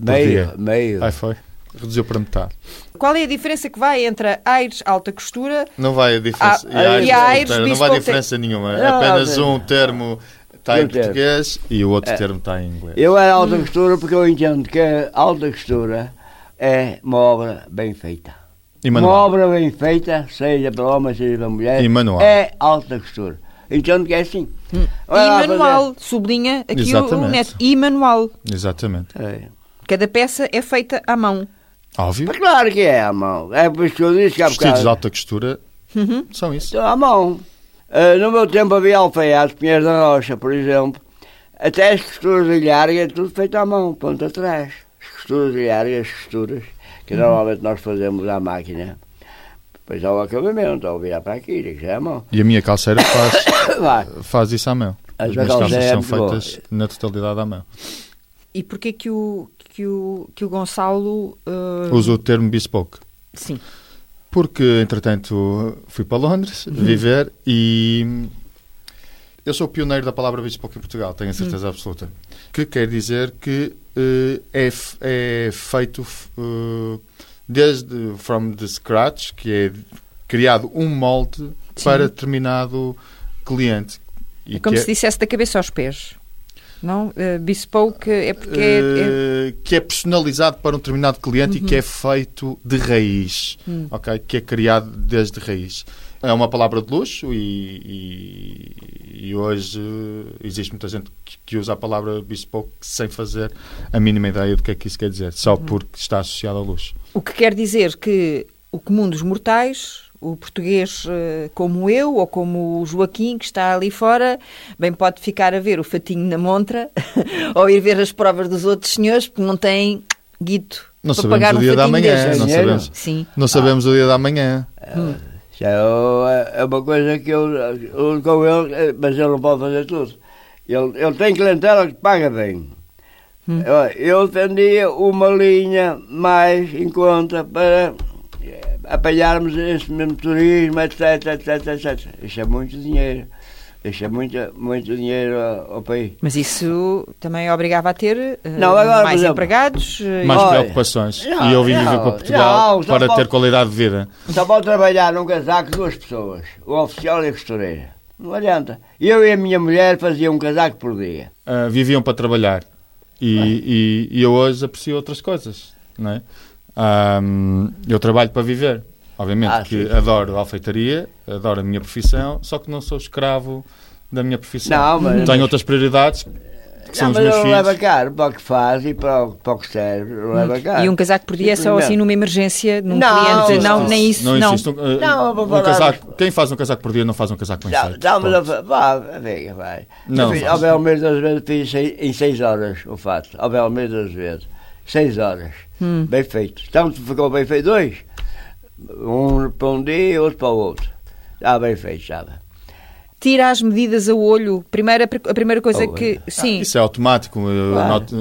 Speaker 1: Meio,
Speaker 3: dia.
Speaker 1: meio.
Speaker 3: Aí foi. Reduziu para metade.
Speaker 4: Qual é a diferença que vai entre a Aires alta costura?
Speaker 3: Não vai a diferença.
Speaker 4: Ah, e a Aires
Speaker 3: não
Speaker 4: diz
Speaker 3: vai
Speaker 4: que
Speaker 3: diferença nenhuma.
Speaker 1: Não,
Speaker 3: Apenas
Speaker 1: não,
Speaker 3: um termo está em
Speaker 1: Um termo.
Speaker 3: português e o outro termo está em inglês.
Speaker 1: Eu era alta costura porque eu entendo que a alta costura é uma obra bem feita.
Speaker 3: E
Speaker 1: Uma
Speaker 3: manual.
Speaker 1: obra bem feita, seja para homem, seja para mulher,
Speaker 3: E manual.
Speaker 1: é alta costura. Entendo que é assim. Vai lá
Speaker 2: Hum. e manual, sublinha aqui o- o
Speaker 3: Exatamente.
Speaker 2: neto. E manual.
Speaker 3: Exatamente.
Speaker 1: fazer. É.
Speaker 2: Cada peça é feita à mão.
Speaker 3: Óbvio.
Speaker 1: Mas claro que é à mão. É por isso que eu disse que há
Speaker 3: Vestidos de
Speaker 1: bocado.
Speaker 3: alta costura são isso.
Speaker 1: Então, à mão. Ah, no meu tempo havia alfaiate, Pinheiros da Rocha, por exemplo. Até as costuras de larga, tudo feito à mão, ponto atrás. As costuras de larga, as costuras,
Speaker 2: Hum.
Speaker 1: que normalmente nós fazemos à máquina. Depois há o acabamento, ao virar para aqui, que já é à mão.
Speaker 3: E a minha calceira faz,
Speaker 1: Vá.
Speaker 3: faz isso à mão.
Speaker 1: As
Speaker 3: As minhas
Speaker 1: calças
Speaker 3: calças
Speaker 1: é
Speaker 3: são
Speaker 1: muito boa.
Speaker 3: feitas na totalidade à mão.
Speaker 2: E porquê que o, que o, que o Gonçalo... ah,
Speaker 3: Uso o termo bespoke.
Speaker 2: Sim.
Speaker 3: Porque, entretanto, fui para Londres
Speaker 2: Uhum.
Speaker 3: viver e eu sou o pioneiro da palavra bespoke em Portugal, tenho a certeza
Speaker 2: Uhum.
Speaker 3: absoluta. Que quer dizer que eh, é, f- é feito f- eh, desde from the scratch, que é criado um molde para determinado cliente. E
Speaker 2: É como
Speaker 3: que
Speaker 2: se dissesse da cabeça aos pés. Não? Eh, bespoke é porque é- Uhum. é-
Speaker 3: Eh, que é personalizado para um determinado cliente e que é feito de raiz,
Speaker 2: Hum.
Speaker 3: ok? Que é criado desde raiz. É uma palavra de luxo e, e- e hoje eh, existe muita gente que, que usa a palavra bespoke sem fazer a mínima ideia do que é que isso quer dizer, só
Speaker 2: Hum.
Speaker 3: porque está associado ao luxo.
Speaker 2: O que quer dizer que o comum dos mortais, o português eh, como eu ou como o Joaquim que está ali fora, bem pode ficar a ver o fatinho na montra ou ir ver as provas dos outros senhores porque não tem guito
Speaker 3: Não
Speaker 2: para
Speaker 3: sabemos
Speaker 2: pagar
Speaker 3: o
Speaker 2: um
Speaker 3: dia da
Speaker 2: fatinho
Speaker 3: manhã,
Speaker 2: destes.
Speaker 1: não Dinheiro? sabemos.
Speaker 2: Sim.
Speaker 3: Não sabemos
Speaker 2: Ah.
Speaker 3: o dia da manhã.
Speaker 1: Já é é uma coisa que eu, eu com ele, eh, mas ele não pode fazer tudo. Ele, ele tem clientela que paga bem. Eu, eu tendia uma linha mais em conta para eh, apanharmos esse mesmo turismo, etc, etc, etc. Isso é muito dinheiro. Deixa muito, muito dinheiro eh, ao, ao país.
Speaker 2: Mas isso também obrigava a ter eh,
Speaker 1: Não, agora, por
Speaker 2: mais
Speaker 1: exemplo,
Speaker 2: empregados. eh,
Speaker 3: Mais
Speaker 1: Olha,
Speaker 3: preocupações.
Speaker 1: não,
Speaker 3: e eu vim
Speaker 1: não,
Speaker 3: viver para Portugal
Speaker 1: não, só
Speaker 3: para
Speaker 1: pode-
Speaker 3: ter qualidade de vida.
Speaker 1: Só pode trabalhar num casaco duas pessoas, o oficial e a costureira. Não adianta. Eu e a minha mulher fazia um casaco por dia.
Speaker 3: Ah, viviam para trabalhar. E, e- e eu hoje aprecio outras coisas, não é? Ah, eu trabalho para viver. Obviamente
Speaker 1: Ah,
Speaker 3: que
Speaker 1: sim.
Speaker 3: adoro a alfeitaria, adoro a minha profissão, só que não sou escravo da minha profissão.
Speaker 1: Não, mas-
Speaker 3: Tenho outras prioridades, que
Speaker 1: não,
Speaker 3: são os
Speaker 1: mas
Speaker 3: meus
Speaker 1: ele
Speaker 3: filhos.
Speaker 1: leva caro para o que faz e para o, para o que serve. ele
Speaker 3: Hum.
Speaker 1: Leva caro.
Speaker 2: E um casaco por dia é só
Speaker 1: Simplesmente.
Speaker 2: assim numa emergência, num
Speaker 1: Não,
Speaker 2: cliente. Não,
Speaker 1: não.
Speaker 2: nem isso, não.
Speaker 3: existe um- eh,
Speaker 1: Não, eu vou
Speaker 3: um
Speaker 1: falar-
Speaker 3: casaco- quem faz um casaco por dia não faz um casaco bem
Speaker 1: Não,
Speaker 3: feito.
Speaker 1: não, mas
Speaker 3: Ponto.
Speaker 1: eu fa- vá, vem, vai.
Speaker 3: Não,
Speaker 1: eu fiz,
Speaker 3: faz.
Speaker 1: ao belo menos duas vezes fiz seis- em seis horas o fato. Ao belo menos duas vezes. Seis horas.
Speaker 3: Hum.
Speaker 1: Bem feito. Tanto ficou bem feito dois. Um para um dia e outro para o outro. Estava bem feito, estava.
Speaker 2: Tira as medidas a olho. Primeira, a primeira coisa
Speaker 1: Oh,
Speaker 2: que. Sim.
Speaker 3: Isso é automático. eu
Speaker 1: Claro.
Speaker 3: noto-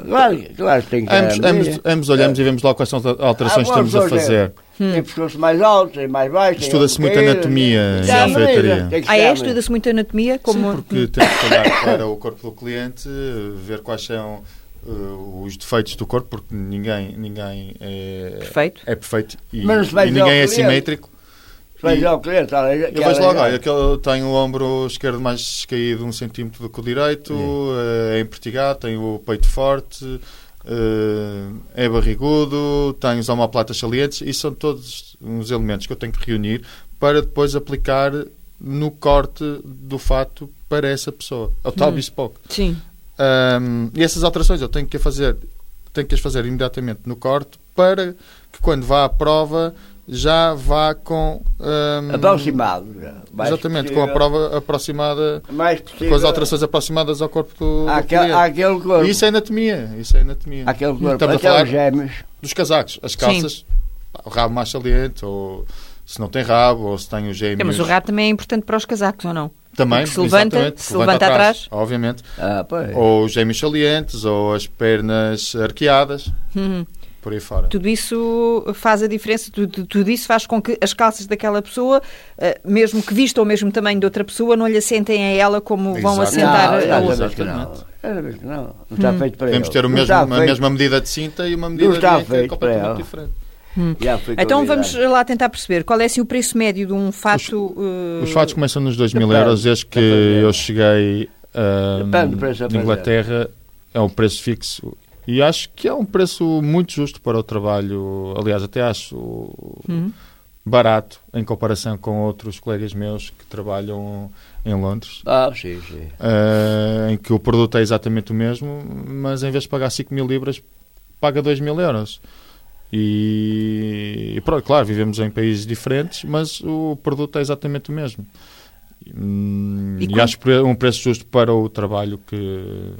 Speaker 3: eh,
Speaker 1: Claro, que- claro que tem que
Speaker 3: ambos, ambos-
Speaker 1: é.
Speaker 3: ambos olhamos e vemos logo quais são as
Speaker 1: Ah,
Speaker 3: alterações que estamos a fazer.
Speaker 1: Tem pessoas mais altas, tem mais baixas. tem
Speaker 3: Hum. Estuda-se
Speaker 1: outro
Speaker 3: muito
Speaker 1: queiro.
Speaker 3: anatomia
Speaker 1: Tem
Speaker 3: em
Speaker 1: que ser
Speaker 3: alfaiataria.
Speaker 1: medida, tem que
Speaker 2: Ah,
Speaker 1: ser
Speaker 2: é?
Speaker 1: medida.
Speaker 2: Estuda-se muito anatomia? Como...
Speaker 3: Sim, porque temos que olhar para o corpo do cliente, ver quais são eh, os defeitos do corpo, porque ninguém, ninguém é
Speaker 2: Perfeito.
Speaker 3: é perfeito e,
Speaker 1: Mas não se vai
Speaker 3: e
Speaker 1: ver ao
Speaker 3: ninguém é
Speaker 1: cliente.
Speaker 3: simétrico.
Speaker 1: Vai já ao cliente, olha,
Speaker 3: Eu
Speaker 1: quer
Speaker 3: vejo logo,
Speaker 1: olhar.
Speaker 3: olha, que eu tenho o ombro esquerdo mais caído um centímetro do que o direito, eh, é empertigado, tenho o peito forte, eh, é barrigudo, tenho os omoplatas salientes, e são todos uns elementos que eu tenho que reunir para depois aplicar no corte do fato para essa pessoa. É o
Speaker 1: Hum.
Speaker 3: tal bespoke.
Speaker 2: Sim.
Speaker 3: Ahm, e essas alterações eu tenho que a fazer, tenho que as fazer imediatamente no corte para que quando vá à prova já vá com ahm,
Speaker 1: Aproximado. já. Mais
Speaker 3: exatamente com a
Speaker 1: possível-
Speaker 3: prova aproximada,
Speaker 1: Mais
Speaker 3: com as
Speaker 1: possível-
Speaker 3: alterações aproximadas ao corpo do, do
Speaker 1: Aquele,
Speaker 3: cliente.
Speaker 1: aquele corpo.
Speaker 3: E Isso é anatomia, isso é anatomia.
Speaker 1: Aquele corpo.
Speaker 3: Estamos a
Speaker 1: Até
Speaker 3: falar
Speaker 1: os gêmeos.
Speaker 3: dos casacos, as calças, pá, o rabo mais saliente ou se não tem rabo ou se tem os
Speaker 2: É,
Speaker 3: gêmeos
Speaker 2: mas o rato também é importante para os casacos, ou não?
Speaker 3: também
Speaker 2: que se levanta-
Speaker 3: exatamente,
Speaker 2: se levanta atrás.
Speaker 3: obviamente,
Speaker 1: Ah, pois.
Speaker 3: ou os gêmeos salientes ou as pernas arqueadas.
Speaker 2: Uhum.
Speaker 3: Por aí fora.
Speaker 2: Tudo isso faz a diferença, tudo, tudo isso faz com que as calças daquela pessoa, eh, mesmo que vista ou mesmo tamanho de outra pessoa, não lhe assentem a ela como vão
Speaker 3: Exato.
Speaker 2: assentar
Speaker 1: não,
Speaker 3: a-
Speaker 1: já
Speaker 2: a
Speaker 3: não,
Speaker 2: outra.
Speaker 1: sabes que não.
Speaker 3: Exatamente.
Speaker 1: Já sabes que não. Não está feito para
Speaker 3: Podemos
Speaker 1: ele.
Speaker 3: Hum. ter o
Speaker 1: Não
Speaker 3: mesmo,
Speaker 1: está
Speaker 3: a
Speaker 1: feito.
Speaker 3: mesma medida de cinta e uma medida de
Speaker 1: está
Speaker 3: linha que é
Speaker 1: feito para
Speaker 3: completamente
Speaker 1: ela.
Speaker 3: diferente.
Speaker 1: Já fui
Speaker 2: Então
Speaker 1: convidado.
Speaker 2: vamos lá tentar perceber qual é assim, o preço médio de um fato. eh,
Speaker 3: Os fatos começam nos 2 mil
Speaker 1: Hum. Depende.
Speaker 3: euros, desde que
Speaker 1: Depende.
Speaker 3: eu cheguei ah,
Speaker 1: Depende do preço da
Speaker 3: na Inglaterra, é um preço fixo. E acho que é um preço muito justo para o trabalho, aliás, até acho
Speaker 1: Hum.
Speaker 3: barato em comparação com outros colegas meus que trabalham em Londres.
Speaker 1: Ah, sim, sim.
Speaker 3: ah, em que o produto é exatamente o mesmo, mas em vez de pagar 5 mil libras, paga 2 mil euros. E, e pronto, claro, vivemos em países diferentes, mas o produto é exatamente o mesmo. Hum,
Speaker 2: E
Speaker 3: E,
Speaker 2: quando-
Speaker 3: acho pre- um preço justo para o trabalho que, que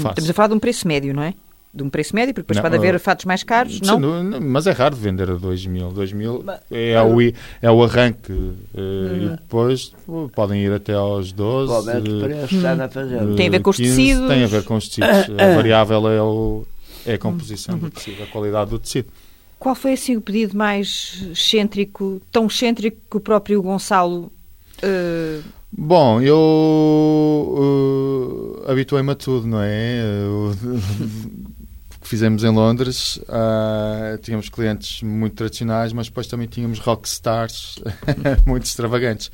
Speaker 3: faço.
Speaker 2: Estamos a falar de um preço médio, não é? De um preço médio, porque depois
Speaker 3: Não,
Speaker 2: pode
Speaker 3: eh,
Speaker 2: haver fatos mais caros,
Speaker 3: Sim,
Speaker 2: não?
Speaker 3: não- não, mas é raro vender a 2 mil. 2 mil
Speaker 1: Mas-
Speaker 3: é, o, i- é o arranque. eh, E depois pô, podem ir até aos 12.
Speaker 1: Provavelmente o
Speaker 3: eh,
Speaker 1: preço está a fazer.
Speaker 2: Tem a ver com os
Speaker 3: 15,
Speaker 2: tecidos? Ah,
Speaker 3: Eh,
Speaker 2: Uhum.
Speaker 3: Tem a ver com os tecidos. A variável é, o- é a composição do tecido, a qualidade do tecido.
Speaker 2: Qual foi assim o pedido mais excêntrico, tão excêntrico que o próprio Gonçalo. eh,
Speaker 3: Bom, eu uh, habituei-me a tudo, não é? Eu- O que fizemos em Londres, ah, tínhamos clientes muito tradicionais, mas depois também tínhamos rockstars muito extravagantes.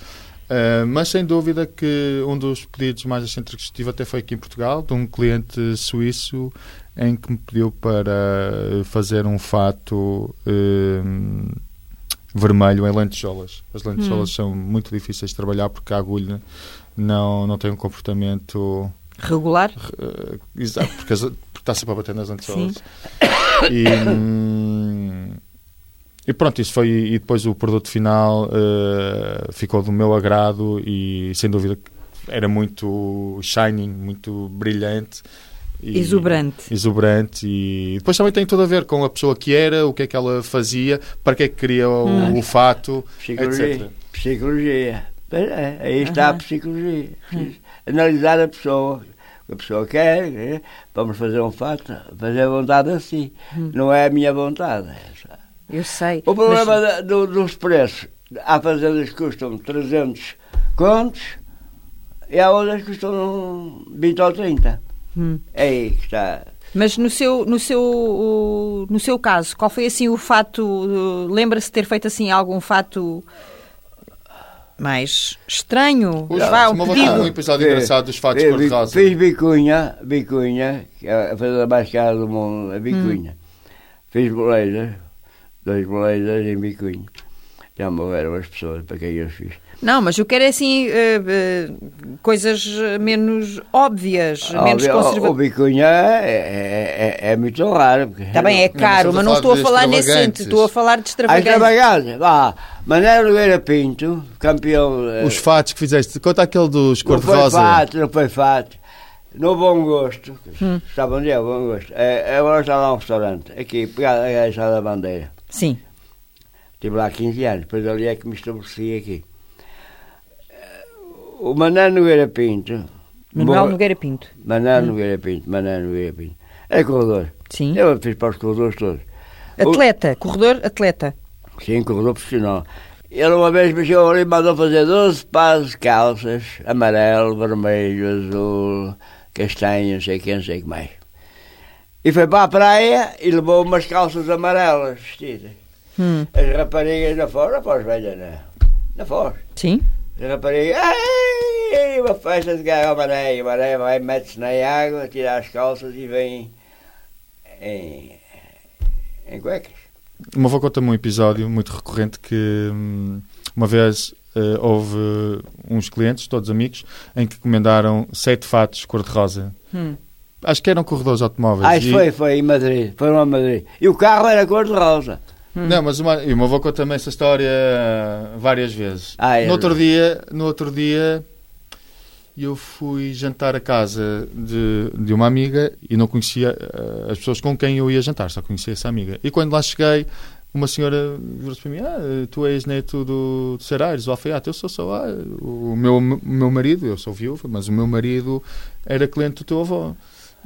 Speaker 3: Ah, mas sem dúvida que um dos pedidos mais excêntricos que tive até foi aqui em Portugal, de um cliente suíço em que me pediu para fazer um fato hum, vermelho em lantejoulas. As lantejoulas são muito difíceis de trabalhar porque a agulha não, não tem um comportamento
Speaker 2: regular?
Speaker 3: eh, exato, porque, as- porque está sempre a bater nas antessolas. E, hum, e pronto, isso foi. E depois o produto final eh, ficou do meu agrado e sem dúvida que era muito shining, muito brilhante. e-
Speaker 2: Exuberante.
Speaker 3: Exuberante e depois também tem tudo a ver com a pessoa que era, o que é que ela fazia, para que é que queria o, o fato, etc.
Speaker 1: Psicologia. Psicologia. Pois é, aí está a psicologia.
Speaker 2: Hum.
Speaker 1: Preciso Analisar a pessoa. O que a pessoa quer, né? vamos fazer um fato, fazer a vontade assim.
Speaker 2: Hum.
Speaker 1: Não é a minha vontade.
Speaker 2: Eu sei.
Speaker 1: O problema
Speaker 2: mas-
Speaker 1: da- do- dos preços. Há fazendas que custam 300 contos, e há outras que custam 20 ou 30.
Speaker 2: Hum.
Speaker 1: É aí que está.
Speaker 2: Mas no seu, no, seu, o- no seu caso, qual foi assim o fato? eh, Lembra-se de ter feito assim algum fato mais estranho?
Speaker 5: Hoje
Speaker 2: Vá, um
Speaker 5: uma
Speaker 2: pedido.
Speaker 5: um episódio engraçado dos fatos
Speaker 1: Fiz-
Speaker 5: cor-de-rosa.
Speaker 1: Fiz Bicunha, Bicunha, que é a fazenda mais cara do mundo, a Bicunha.
Speaker 5: Hum.
Speaker 1: Fiz boleiras, dois boleiras em Bicunha. Já morreram as pessoas para quem eu fiz.
Speaker 2: Não, mas eu quero é assim eh, eh, coisas menos óbvias, menos
Speaker 1: Óbvio, o- O
Speaker 2: conservadoras.
Speaker 1: Bicunha é, é- é- é muito raro. porque-
Speaker 5: Tá
Speaker 2: Está bem, é caro,
Speaker 5: estamos a
Speaker 2: mas não
Speaker 5: falar
Speaker 2: estou a
Speaker 5: de
Speaker 2: falar nesse
Speaker 5: extravagantes.
Speaker 2: sentido, estou a falar de
Speaker 1: A
Speaker 2: extravagância.
Speaker 1: extravagância, vá. Mané Oliveira Pinto, campeão. eh,
Speaker 5: Os fatos que fizeste. Conta aquele dos
Speaker 1: Não foi
Speaker 5: cor-de-rosa.
Speaker 1: fato, não foi fato. No Bom Gosto, sabe onde é o Bom Gosto? É, agora está lá um restaurante, aqui, pegada a Gaixa da Bandeira.
Speaker 2: Sim.
Speaker 1: Estive lá 15 anos, depois ali é que me estabeleci aqui. Eh, O Mané Nogueira Pinto.
Speaker 2: Manuel
Speaker 1: morre-
Speaker 2: Nogueira Pinto.
Speaker 1: Mané Nogueira Pinto, Mané Nogueira Pinto. Era corredor.
Speaker 2: Sim.
Speaker 1: Eu fiz para os corredores todos. O-
Speaker 2: Atleta, corredor, atleta.
Speaker 1: Sim, corredor profissional. Ele uma vez me chegou ali e mandou fazer 12 pares de calças, amarelo, vermelho, azul, castanho, não sei o que, não sei o que mais. E foi para a praia e levou umas calças amarelas vestidas.
Speaker 2: Hum,
Speaker 1: As raparigas na Foz, na Foz velha, na, na Foz.
Speaker 2: Sim.
Speaker 1: As raparigas, ai, uma festa de garra amareia, amareia, vai, mete-se na água, tira as calças e vem em, em cuecas.
Speaker 3: O meu avô conta-me um episódio muito recorrente que hum, uma vez eh, houve uns clientes, todos amigos, em que encomendaram sete fatos cor-de-rosa.
Speaker 2: Hum.
Speaker 3: Acho que eram corredores de automóveis.
Speaker 1: Ah, isso
Speaker 3: E-
Speaker 1: foi, foi em Madrid, foram a Madrid. E o carro era cor-de-rosa.
Speaker 3: Não, mas uma, e o meu avô conta-me essa história ah, várias vezes.
Speaker 1: Ah, é.
Speaker 3: no, outro dia, no outro dia eu fui jantar a casa de, de uma amiga e não conhecia ah, as pessoas com quem eu ia jantar, só conhecia essa amiga. E quando lá cheguei, uma senhora virou-se para mim, ah, tu és neto do, do Serares, o alfaiate, eu sou só, ah, o meu, o meu marido, eu sou viúvo, mas o meu marido era cliente do teu avô.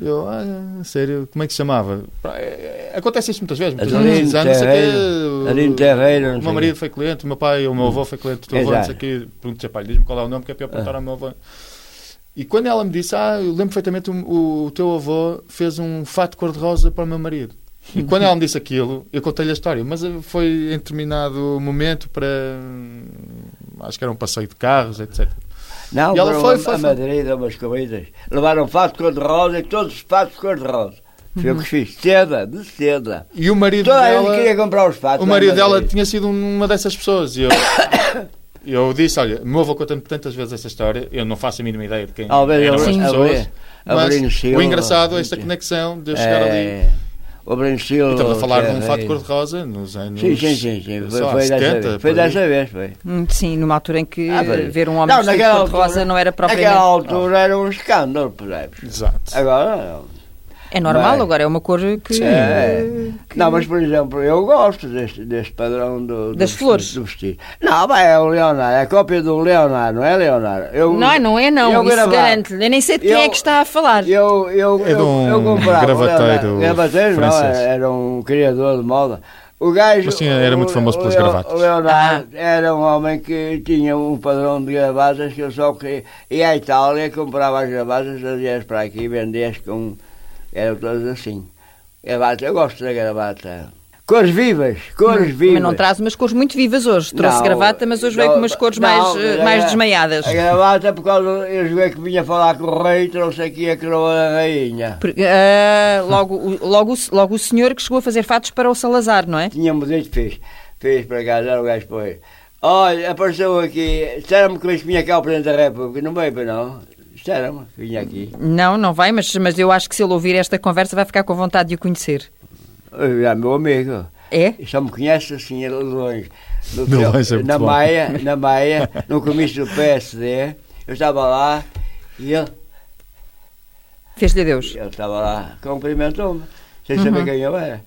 Speaker 3: Eu, ah, sério, como é que se chamava? Pá, é- é- Acontece isto muitas vezes, muitas
Speaker 1: Adelino
Speaker 3: vezes. Ah, não sei
Speaker 1: Terreiro.
Speaker 3: quê, o-
Speaker 1: Adelino Terreiro, não
Speaker 3: O
Speaker 1: sei.
Speaker 3: meu marido foi cliente, o meu pai, o meu
Speaker 1: Hum.
Speaker 3: avô foi cliente, o teu avô, não sei o quê. Pergunto-lhe, pai, diz-me qual é o nome, que é para eu
Speaker 1: Ah.
Speaker 3: perguntar ao meu avô. E quando ela me disse, ah, eu lembro perfeitamente, o, o teu avô fez um fato cor-de-rosa para o meu marido. E quando ela me disse aquilo, eu contei-lhe a história, mas eh, foi em determinado momento para. hum, Acho que era um passeio de carros, etc.
Speaker 1: Não,
Speaker 3: E ela
Speaker 1: foram
Speaker 3: foi,
Speaker 1: a-
Speaker 3: foi,
Speaker 1: a
Speaker 3: foi.
Speaker 1: Madrid, a umas corridas. Levaram fato cor-de-rosa e todos os fatos cor-de-rosa. Foi o
Speaker 2: Uhum.
Speaker 1: que fiz, seda, de seda.
Speaker 3: E o marido
Speaker 1: Toda a gente
Speaker 3: dela.
Speaker 1: queria comprar os fatos. eh, é- lá
Speaker 3: O
Speaker 1: em
Speaker 3: marido dela
Speaker 1: Madrid.
Speaker 3: tinha sido um, uma dessas pessoas. E eu, eu disse: Olha, meu avô conta-me tantas vezes essa história, eu não faço a mínima ideia de quem
Speaker 1: Talvez
Speaker 3: eram
Speaker 1: eu-
Speaker 3: as
Speaker 1: Sim.
Speaker 3: pessoas.
Speaker 1: Abri- Abrino
Speaker 3: Mas
Speaker 1: Silva.
Speaker 3: o engraçado é esta conexão de eu chegar ali.
Speaker 1: É, O Bruno Silva.
Speaker 3: E Estamos a falar de um
Speaker 1: é,
Speaker 3: fato
Speaker 1: é.
Speaker 3: cor-de-rosa nos anos.
Speaker 1: Sim, sim, sim. sim. Foi,
Speaker 3: sei lá,
Speaker 1: foi dessa
Speaker 3: 70,
Speaker 1: vez. Foi
Speaker 3: por aí.
Speaker 1: dessa vez, foi.
Speaker 2: Hum, Sim, numa altura em que
Speaker 1: Ah, pois.
Speaker 2: eh, ver um homem
Speaker 1: Não,
Speaker 2: vestido de
Speaker 1: naquela
Speaker 2: cor-de-rosa
Speaker 1: altura-
Speaker 2: não era propriamente...
Speaker 1: Naquela altura era um escândalo, percebes?
Speaker 3: Exato.
Speaker 1: Agora não.
Speaker 2: É normal,
Speaker 1: Bem.
Speaker 2: agora é uma cor que...
Speaker 1: É.
Speaker 2: que-
Speaker 1: Não, mas por exemplo, eu gosto deste, deste padrão do, do
Speaker 2: Das
Speaker 1: vesti-
Speaker 2: flores.
Speaker 1: do vestido. Não, mas é o Leonardo, é a cópia do Leonardo, não é Leonardo? Eu,
Speaker 2: Não, não é não,
Speaker 1: eu
Speaker 2: isso
Speaker 1: gravava.
Speaker 2: garante-lhe. Eu nem sei de quem
Speaker 1: Eu-
Speaker 2: é que está a falar.
Speaker 1: Eu, eu,
Speaker 3: É de
Speaker 1: eu,
Speaker 3: um
Speaker 1: eu comprava. o
Speaker 3: gravateiro
Speaker 1: Leonardo. Gravateiro não,
Speaker 3: francês.
Speaker 1: era, era um criador de moda. O gajo.
Speaker 3: Mas tinha- era
Speaker 1: o-
Speaker 3: muito famoso
Speaker 1: o
Speaker 3: pelas
Speaker 1: Leo-
Speaker 3: gravatas.
Speaker 1: O Leonardo era um homem que tinha um padrão de gravatas que eu só queria. Ia à Itália, comprava as gravatas, trazia-as para aqui e vendia-as com. Eram todas assim. Gravata, eu gosto da gravata. Cores vivas, cores vivas.
Speaker 2: Mas não traz umas cores muito vivas hoje. Trouxe
Speaker 1: Não,
Speaker 2: gravata, mas hoje veio
Speaker 1: não,
Speaker 2: com umas cores
Speaker 1: não,
Speaker 2: mais, eh,
Speaker 1: a-
Speaker 2: mais desmaiadas.
Speaker 1: A gravata, por causa. Eu joguei que vinha falar com o rei, trouxe aqui a coroa da rainha.
Speaker 2: Porque, ah, logo, o- logo, o- logo o senhor que chegou a fazer fatos para o Salazar, não é?
Speaker 1: Tínhamos dito, fez. Fez para cá, era o gajo foi. Olha, apareceu aqui. Disseram-me que hoje vinha cá o Presidente da República. Não veio para não. Disseram-me que vinha aqui.
Speaker 2: Não, não vai, mas, mas eu acho que se ele ouvir esta conversa vai ficar com vontade de o conhecer.
Speaker 1: Eu, já, meu amigo.
Speaker 2: É?
Speaker 1: Só me conhece assim, de longe. No-
Speaker 3: De longe é muito
Speaker 1: na
Speaker 3: bom.
Speaker 1: Maia, na Maia, no comício do PSD. Eu estava lá e ele,
Speaker 2: Fez-lhe Deus.
Speaker 1: ele estava lá, cumprimentou-me. Sem
Speaker 3: Uhum.
Speaker 1: saber quem eu era.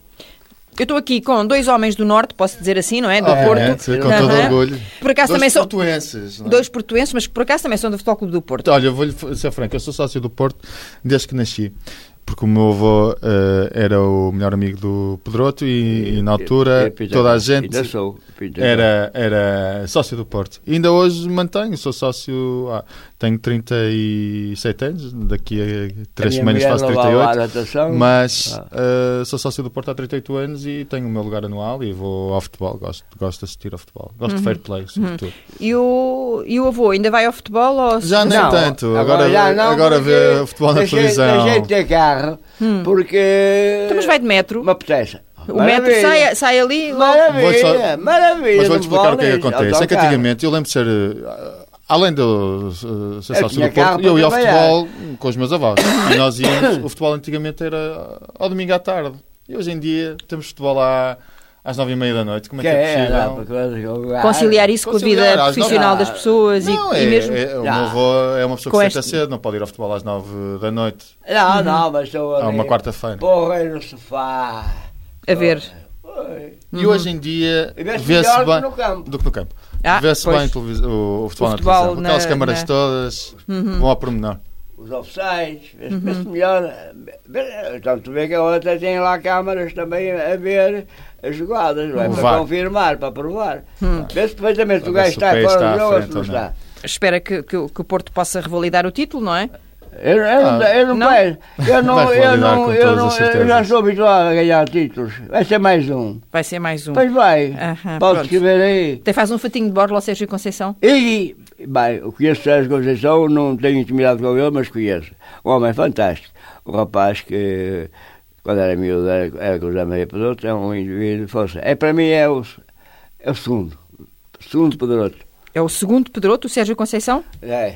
Speaker 2: Eu estou aqui com dois homens do Norte, posso dizer assim, não é? Do
Speaker 5: Obviamente,
Speaker 2: Porto.
Speaker 5: com
Speaker 2: Não,
Speaker 5: todo
Speaker 2: não é?
Speaker 5: orgulho.
Speaker 2: Por acaso
Speaker 5: Dois
Speaker 2: também são
Speaker 5: portuenses, não é?
Speaker 2: dois portuenses, mas que por acaso também são do Futebol Clube do Porto.
Speaker 3: Olha, eu vou-lhe f- ser franco, eu sou sócio do Porto desde que nasci. porque o meu avô eh, era o melhor amigo do Pedroto e, e na altura
Speaker 1: E- e Peter-
Speaker 3: toda a gente
Speaker 1: Ainda sou. Peter-
Speaker 3: era, era sócio do Porto. E ainda hoje mantenho, sou sócio, há- tenho 37 anos, daqui a
Speaker 1: A minha
Speaker 3: 3 semanas
Speaker 1: mulher
Speaker 3: faço
Speaker 1: lá vai lá
Speaker 3: 38.
Speaker 1: à natação.
Speaker 3: Mas
Speaker 1: Ah.
Speaker 3: eh, sou sócio do Porto há 38 anos e tenho o meu lugar anual e vou ao futebol, gosto, gosto de assistir ao futebol. Gosto de fair play, sobretudo.
Speaker 1: Uhum.
Speaker 2: E o, e o avô ainda vai ao futebol? Ou...
Speaker 3: Já nem
Speaker 1: Não,
Speaker 3: tanto, agora, agora,
Speaker 1: porque
Speaker 3: vê o futebol na
Speaker 1: deixei-
Speaker 3: televisão.
Speaker 1: Deixei de ter carro, porque...
Speaker 2: Hum. Então, mas vai de metro.
Speaker 1: Me apetece.
Speaker 2: O metro
Speaker 1: Maravilha.
Speaker 2: sai, é- sai ali e logo.
Speaker 1: Maravilha,
Speaker 3: Vou
Speaker 1: maravilha.
Speaker 3: só- Mas vou-lhe
Speaker 1: não
Speaker 3: explicar o que é que
Speaker 1: vales,
Speaker 3: acontece. É que
Speaker 1: autocarro.
Speaker 3: antigamente, eu lembro de ser. eh, Além de eu eh, ser
Speaker 1: Eu
Speaker 3: sócio
Speaker 1: tinha
Speaker 3: do Porto,
Speaker 1: carro para
Speaker 3: eu ia ao
Speaker 1: trabalhar.
Speaker 3: futebol com os meus avós. E nós íamos. O futebol antigamente era ao domingo à tarde. E hoje em dia temos futebol lá às nove e meia da noite. Como é que,
Speaker 1: Que
Speaker 3: é
Speaker 1: é,
Speaker 3: possível?
Speaker 1: lá, porque vai jogar.
Speaker 2: Conciliar isso com a vida
Speaker 3: Conciliar, às
Speaker 2: profissional
Speaker 1: nove-
Speaker 2: das pessoas e-
Speaker 3: Não,
Speaker 2: e,
Speaker 3: é,
Speaker 2: mesmo.
Speaker 3: é- o
Speaker 1: Ah.
Speaker 3: meu avô é uma pessoa
Speaker 2: Com
Speaker 3: que senta
Speaker 2: este-
Speaker 3: cedo, não pode ir ao futebol às nove da noite.
Speaker 1: Não, não, mas estou
Speaker 3: Há
Speaker 1: ali.
Speaker 3: Ah, uma quarta-feira.
Speaker 1: Porra, aí no sofá.
Speaker 2: A ver.
Speaker 1: Oi.
Speaker 3: E hoje em dia
Speaker 1: E vê-se
Speaker 3: vê-se
Speaker 1: melhor
Speaker 3: bem.
Speaker 1: do que no campo.
Speaker 3: Do que no campo.
Speaker 2: Ah,
Speaker 3: vê-se
Speaker 2: pois.
Speaker 3: bem televis- o, o futebol
Speaker 2: O
Speaker 3: na
Speaker 2: futebol
Speaker 3: televisão. Aquelas
Speaker 2: na-
Speaker 3: câmaras
Speaker 2: na-
Speaker 3: todas vão ao pormenor.
Speaker 1: Os oficiais,
Speaker 2: Uhum.
Speaker 1: vê-se vê-se melhor. Vê- Então tu vê que agora até tem lá câmaras também a ver as jogadas, não é?
Speaker 3: O
Speaker 1: para
Speaker 3: VAR.
Speaker 1: confirmar, para provar.
Speaker 2: Hum.
Speaker 1: Vê-se perfeitamente se o
Speaker 3: Para ver
Speaker 1: gajo
Speaker 3: se o
Speaker 1: está
Speaker 3: pé
Speaker 1: fora
Speaker 3: está
Speaker 1: do
Speaker 3: à
Speaker 1: jogo ou se
Speaker 3: frente
Speaker 1: não
Speaker 3: ou não.
Speaker 1: está.
Speaker 2: Espera que, que, o- que o Porto possa revalidar o título, não é?
Speaker 1: Eu, eu, não- eu não,
Speaker 2: Ah. Não?
Speaker 1: quero. Eu não,
Speaker 3: Vai
Speaker 1: eu
Speaker 3: validar
Speaker 1: não,
Speaker 3: com
Speaker 1: eu,
Speaker 3: todas
Speaker 1: não
Speaker 3: as
Speaker 1: eu
Speaker 3: certezas.
Speaker 1: já sou habituado a ganhar títulos. Vai ser mais um.
Speaker 2: Vai ser mais um.
Speaker 1: Pois vai. Pode
Speaker 2: Aham, pronto.
Speaker 1: escrever aí.
Speaker 2: Até faz um fatinho de borla ao Sérgio Conceição.
Speaker 1: E, bem, eu conheço Sérgio Conceição, não tenho intimidade com ele, mas conheço. Um homem fantástico. Um rapaz que, quando era miúdo, era, era com o José Maria Pedroto, é um indivíduo força. É, para mim é o, é o segundo. Segundo Pedroto.
Speaker 2: É o segundo Pedroto, o Sérgio Conceição?
Speaker 1: É.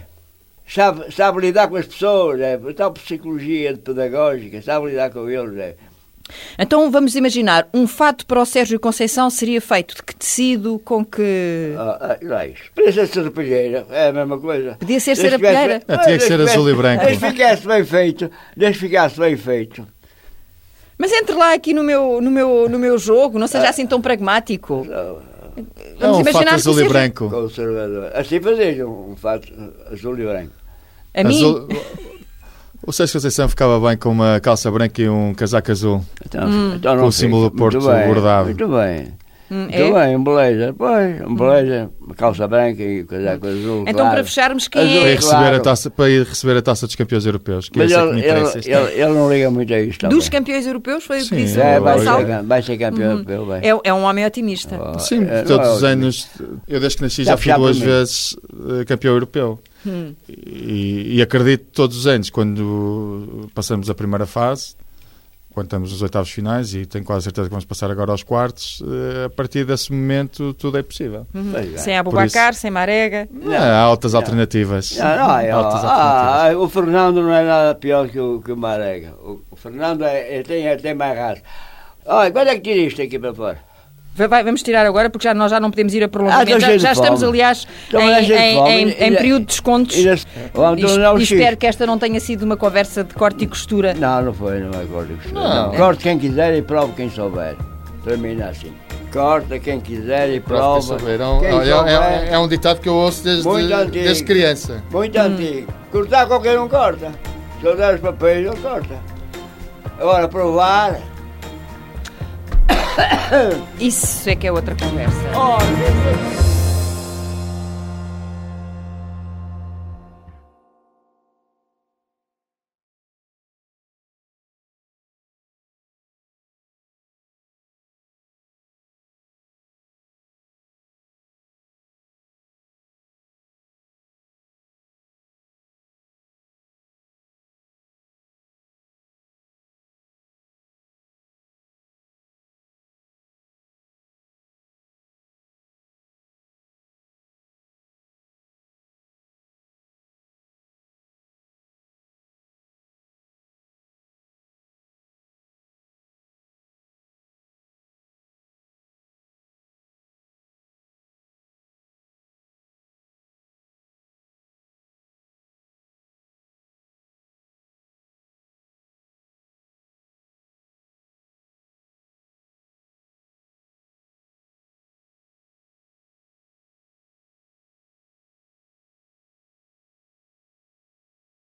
Speaker 1: Sabe, sabe lidar com as pessoas, é. tal psicologia de pedagógica, sabe lidar com eles. É.
Speaker 2: Então vamos imaginar, um fato para o Sérgio Conceição seria feito de que tecido, com que.
Speaker 1: Ah, ah, não é isso. Podia ser serpilheira, é a mesma coisa.
Speaker 2: Podia ser
Speaker 1: Desde
Speaker 2: serpilheira.
Speaker 1: tivesse-
Speaker 3: Ah, tinha que ser
Speaker 1: desde
Speaker 3: azul
Speaker 1: tivesse-
Speaker 3: e branco.
Speaker 1: Desde ficasse bem feito, desde ficasse bem feito.
Speaker 2: Mas entre lá aqui no meu, no meu, no meu jogo, não
Speaker 1: Ah.
Speaker 2: seja assim tão pragmático.
Speaker 3: É um fato
Speaker 2: que o
Speaker 3: azul e
Speaker 2: Sérgio-
Speaker 3: branco.
Speaker 1: Conservador. Assim fazer um, um fato azul e branco.
Speaker 2: A mim?
Speaker 3: Azul- O Sérgio Conceição ficava bem com uma calça branca e um casaco azul.
Speaker 1: Então, então
Speaker 3: Com o
Speaker 1: fica.
Speaker 3: símbolo do
Speaker 1: Muito
Speaker 3: Porto
Speaker 1: bem,
Speaker 3: bordado.
Speaker 1: Muito bem.
Speaker 2: Hum, é?
Speaker 1: Muito bem, um blazer. Pois, um blazer, uma calça branca e casaco azul.
Speaker 2: Então,
Speaker 1: claro.
Speaker 2: para fecharmos, quem
Speaker 1: Azul
Speaker 2: é?
Speaker 3: Para ir,
Speaker 1: claro.
Speaker 3: receber a taça, para ir receber a taça dos campeões europeus, que é
Speaker 1: Mas
Speaker 3: essa que me
Speaker 1: ele,
Speaker 3: interessa.
Speaker 1: ele, ele, ele não liga muito a isto. também.
Speaker 2: Dos campeões europeus, foi o que
Speaker 3: Sim,
Speaker 2: disse
Speaker 1: tá É,
Speaker 2: o
Speaker 1: vai,
Speaker 2: Gonçalo.
Speaker 1: ser, vai ser campeão europeu, vai.
Speaker 2: É, é um homem otimista.
Speaker 1: Ah,
Speaker 3: Sim,
Speaker 1: é, não
Speaker 3: todos
Speaker 1: é
Speaker 3: os
Speaker 1: ótimo.
Speaker 3: anos, eu desde que nasci
Speaker 1: Já Hum.
Speaker 3: já fui
Speaker 1: puxava
Speaker 3: duas
Speaker 1: por mim.
Speaker 3: vezes eh, campeão europeu. E, e acredito todos os anos, quando passamos a primeira fase, quando estamos nos oitavos finais, e tenho quase certeza que vamos passar agora aos quartos, eh, a partir desse momento tudo é possível.
Speaker 1: Pois é.
Speaker 2: Hum. Sem Abubacar, sem Marega.
Speaker 3: É, Há altas alternativas.
Speaker 1: Não, não, é,
Speaker 3: Altas
Speaker 1: ah,
Speaker 3: alternativas.
Speaker 1: ah, o Fernando não é nada pior que o, que o Marega. O, o Fernando é, é- tem, é- tem mais raça. Olha, quando é que tira isto aqui para fora?
Speaker 2: Vai- vai- vamos tirar agora, porque já, nós já não podemos ir a
Speaker 1: Ah,
Speaker 2: prolongamento.
Speaker 1: estou
Speaker 2: já
Speaker 1: cheio de
Speaker 2: já estamos,
Speaker 1: fome.
Speaker 2: aliás,
Speaker 1: Então, é
Speaker 2: em,
Speaker 1: cheio de
Speaker 2: em-
Speaker 1: fome.
Speaker 2: em- em
Speaker 1: E-
Speaker 2: período de descontos.
Speaker 1: e- o
Speaker 2: E-
Speaker 1: António então não
Speaker 2: e
Speaker 1: Chico.
Speaker 2: espero que esta não tenha sido uma conversa de corte e costura.
Speaker 1: Não, não foi, não é corte. de costura,
Speaker 3: Não.
Speaker 1: Não. Corte quem quiser e prove quem souber. Termina assim. Corta quem quiser e
Speaker 5: Prova que
Speaker 1: prova.
Speaker 5: souber. É um-
Speaker 1: quem
Speaker 5: é-
Speaker 1: souber.
Speaker 5: é- é um ditado que eu ouço desde,
Speaker 1: Muito antigo.
Speaker 5: desde criança.
Speaker 1: Muito antigo. Cortar qualquer um corta. Se eu der os papéis, ele corta. Agora, provar.
Speaker 2: Isso é que é outra conversa.
Speaker 1: Olha.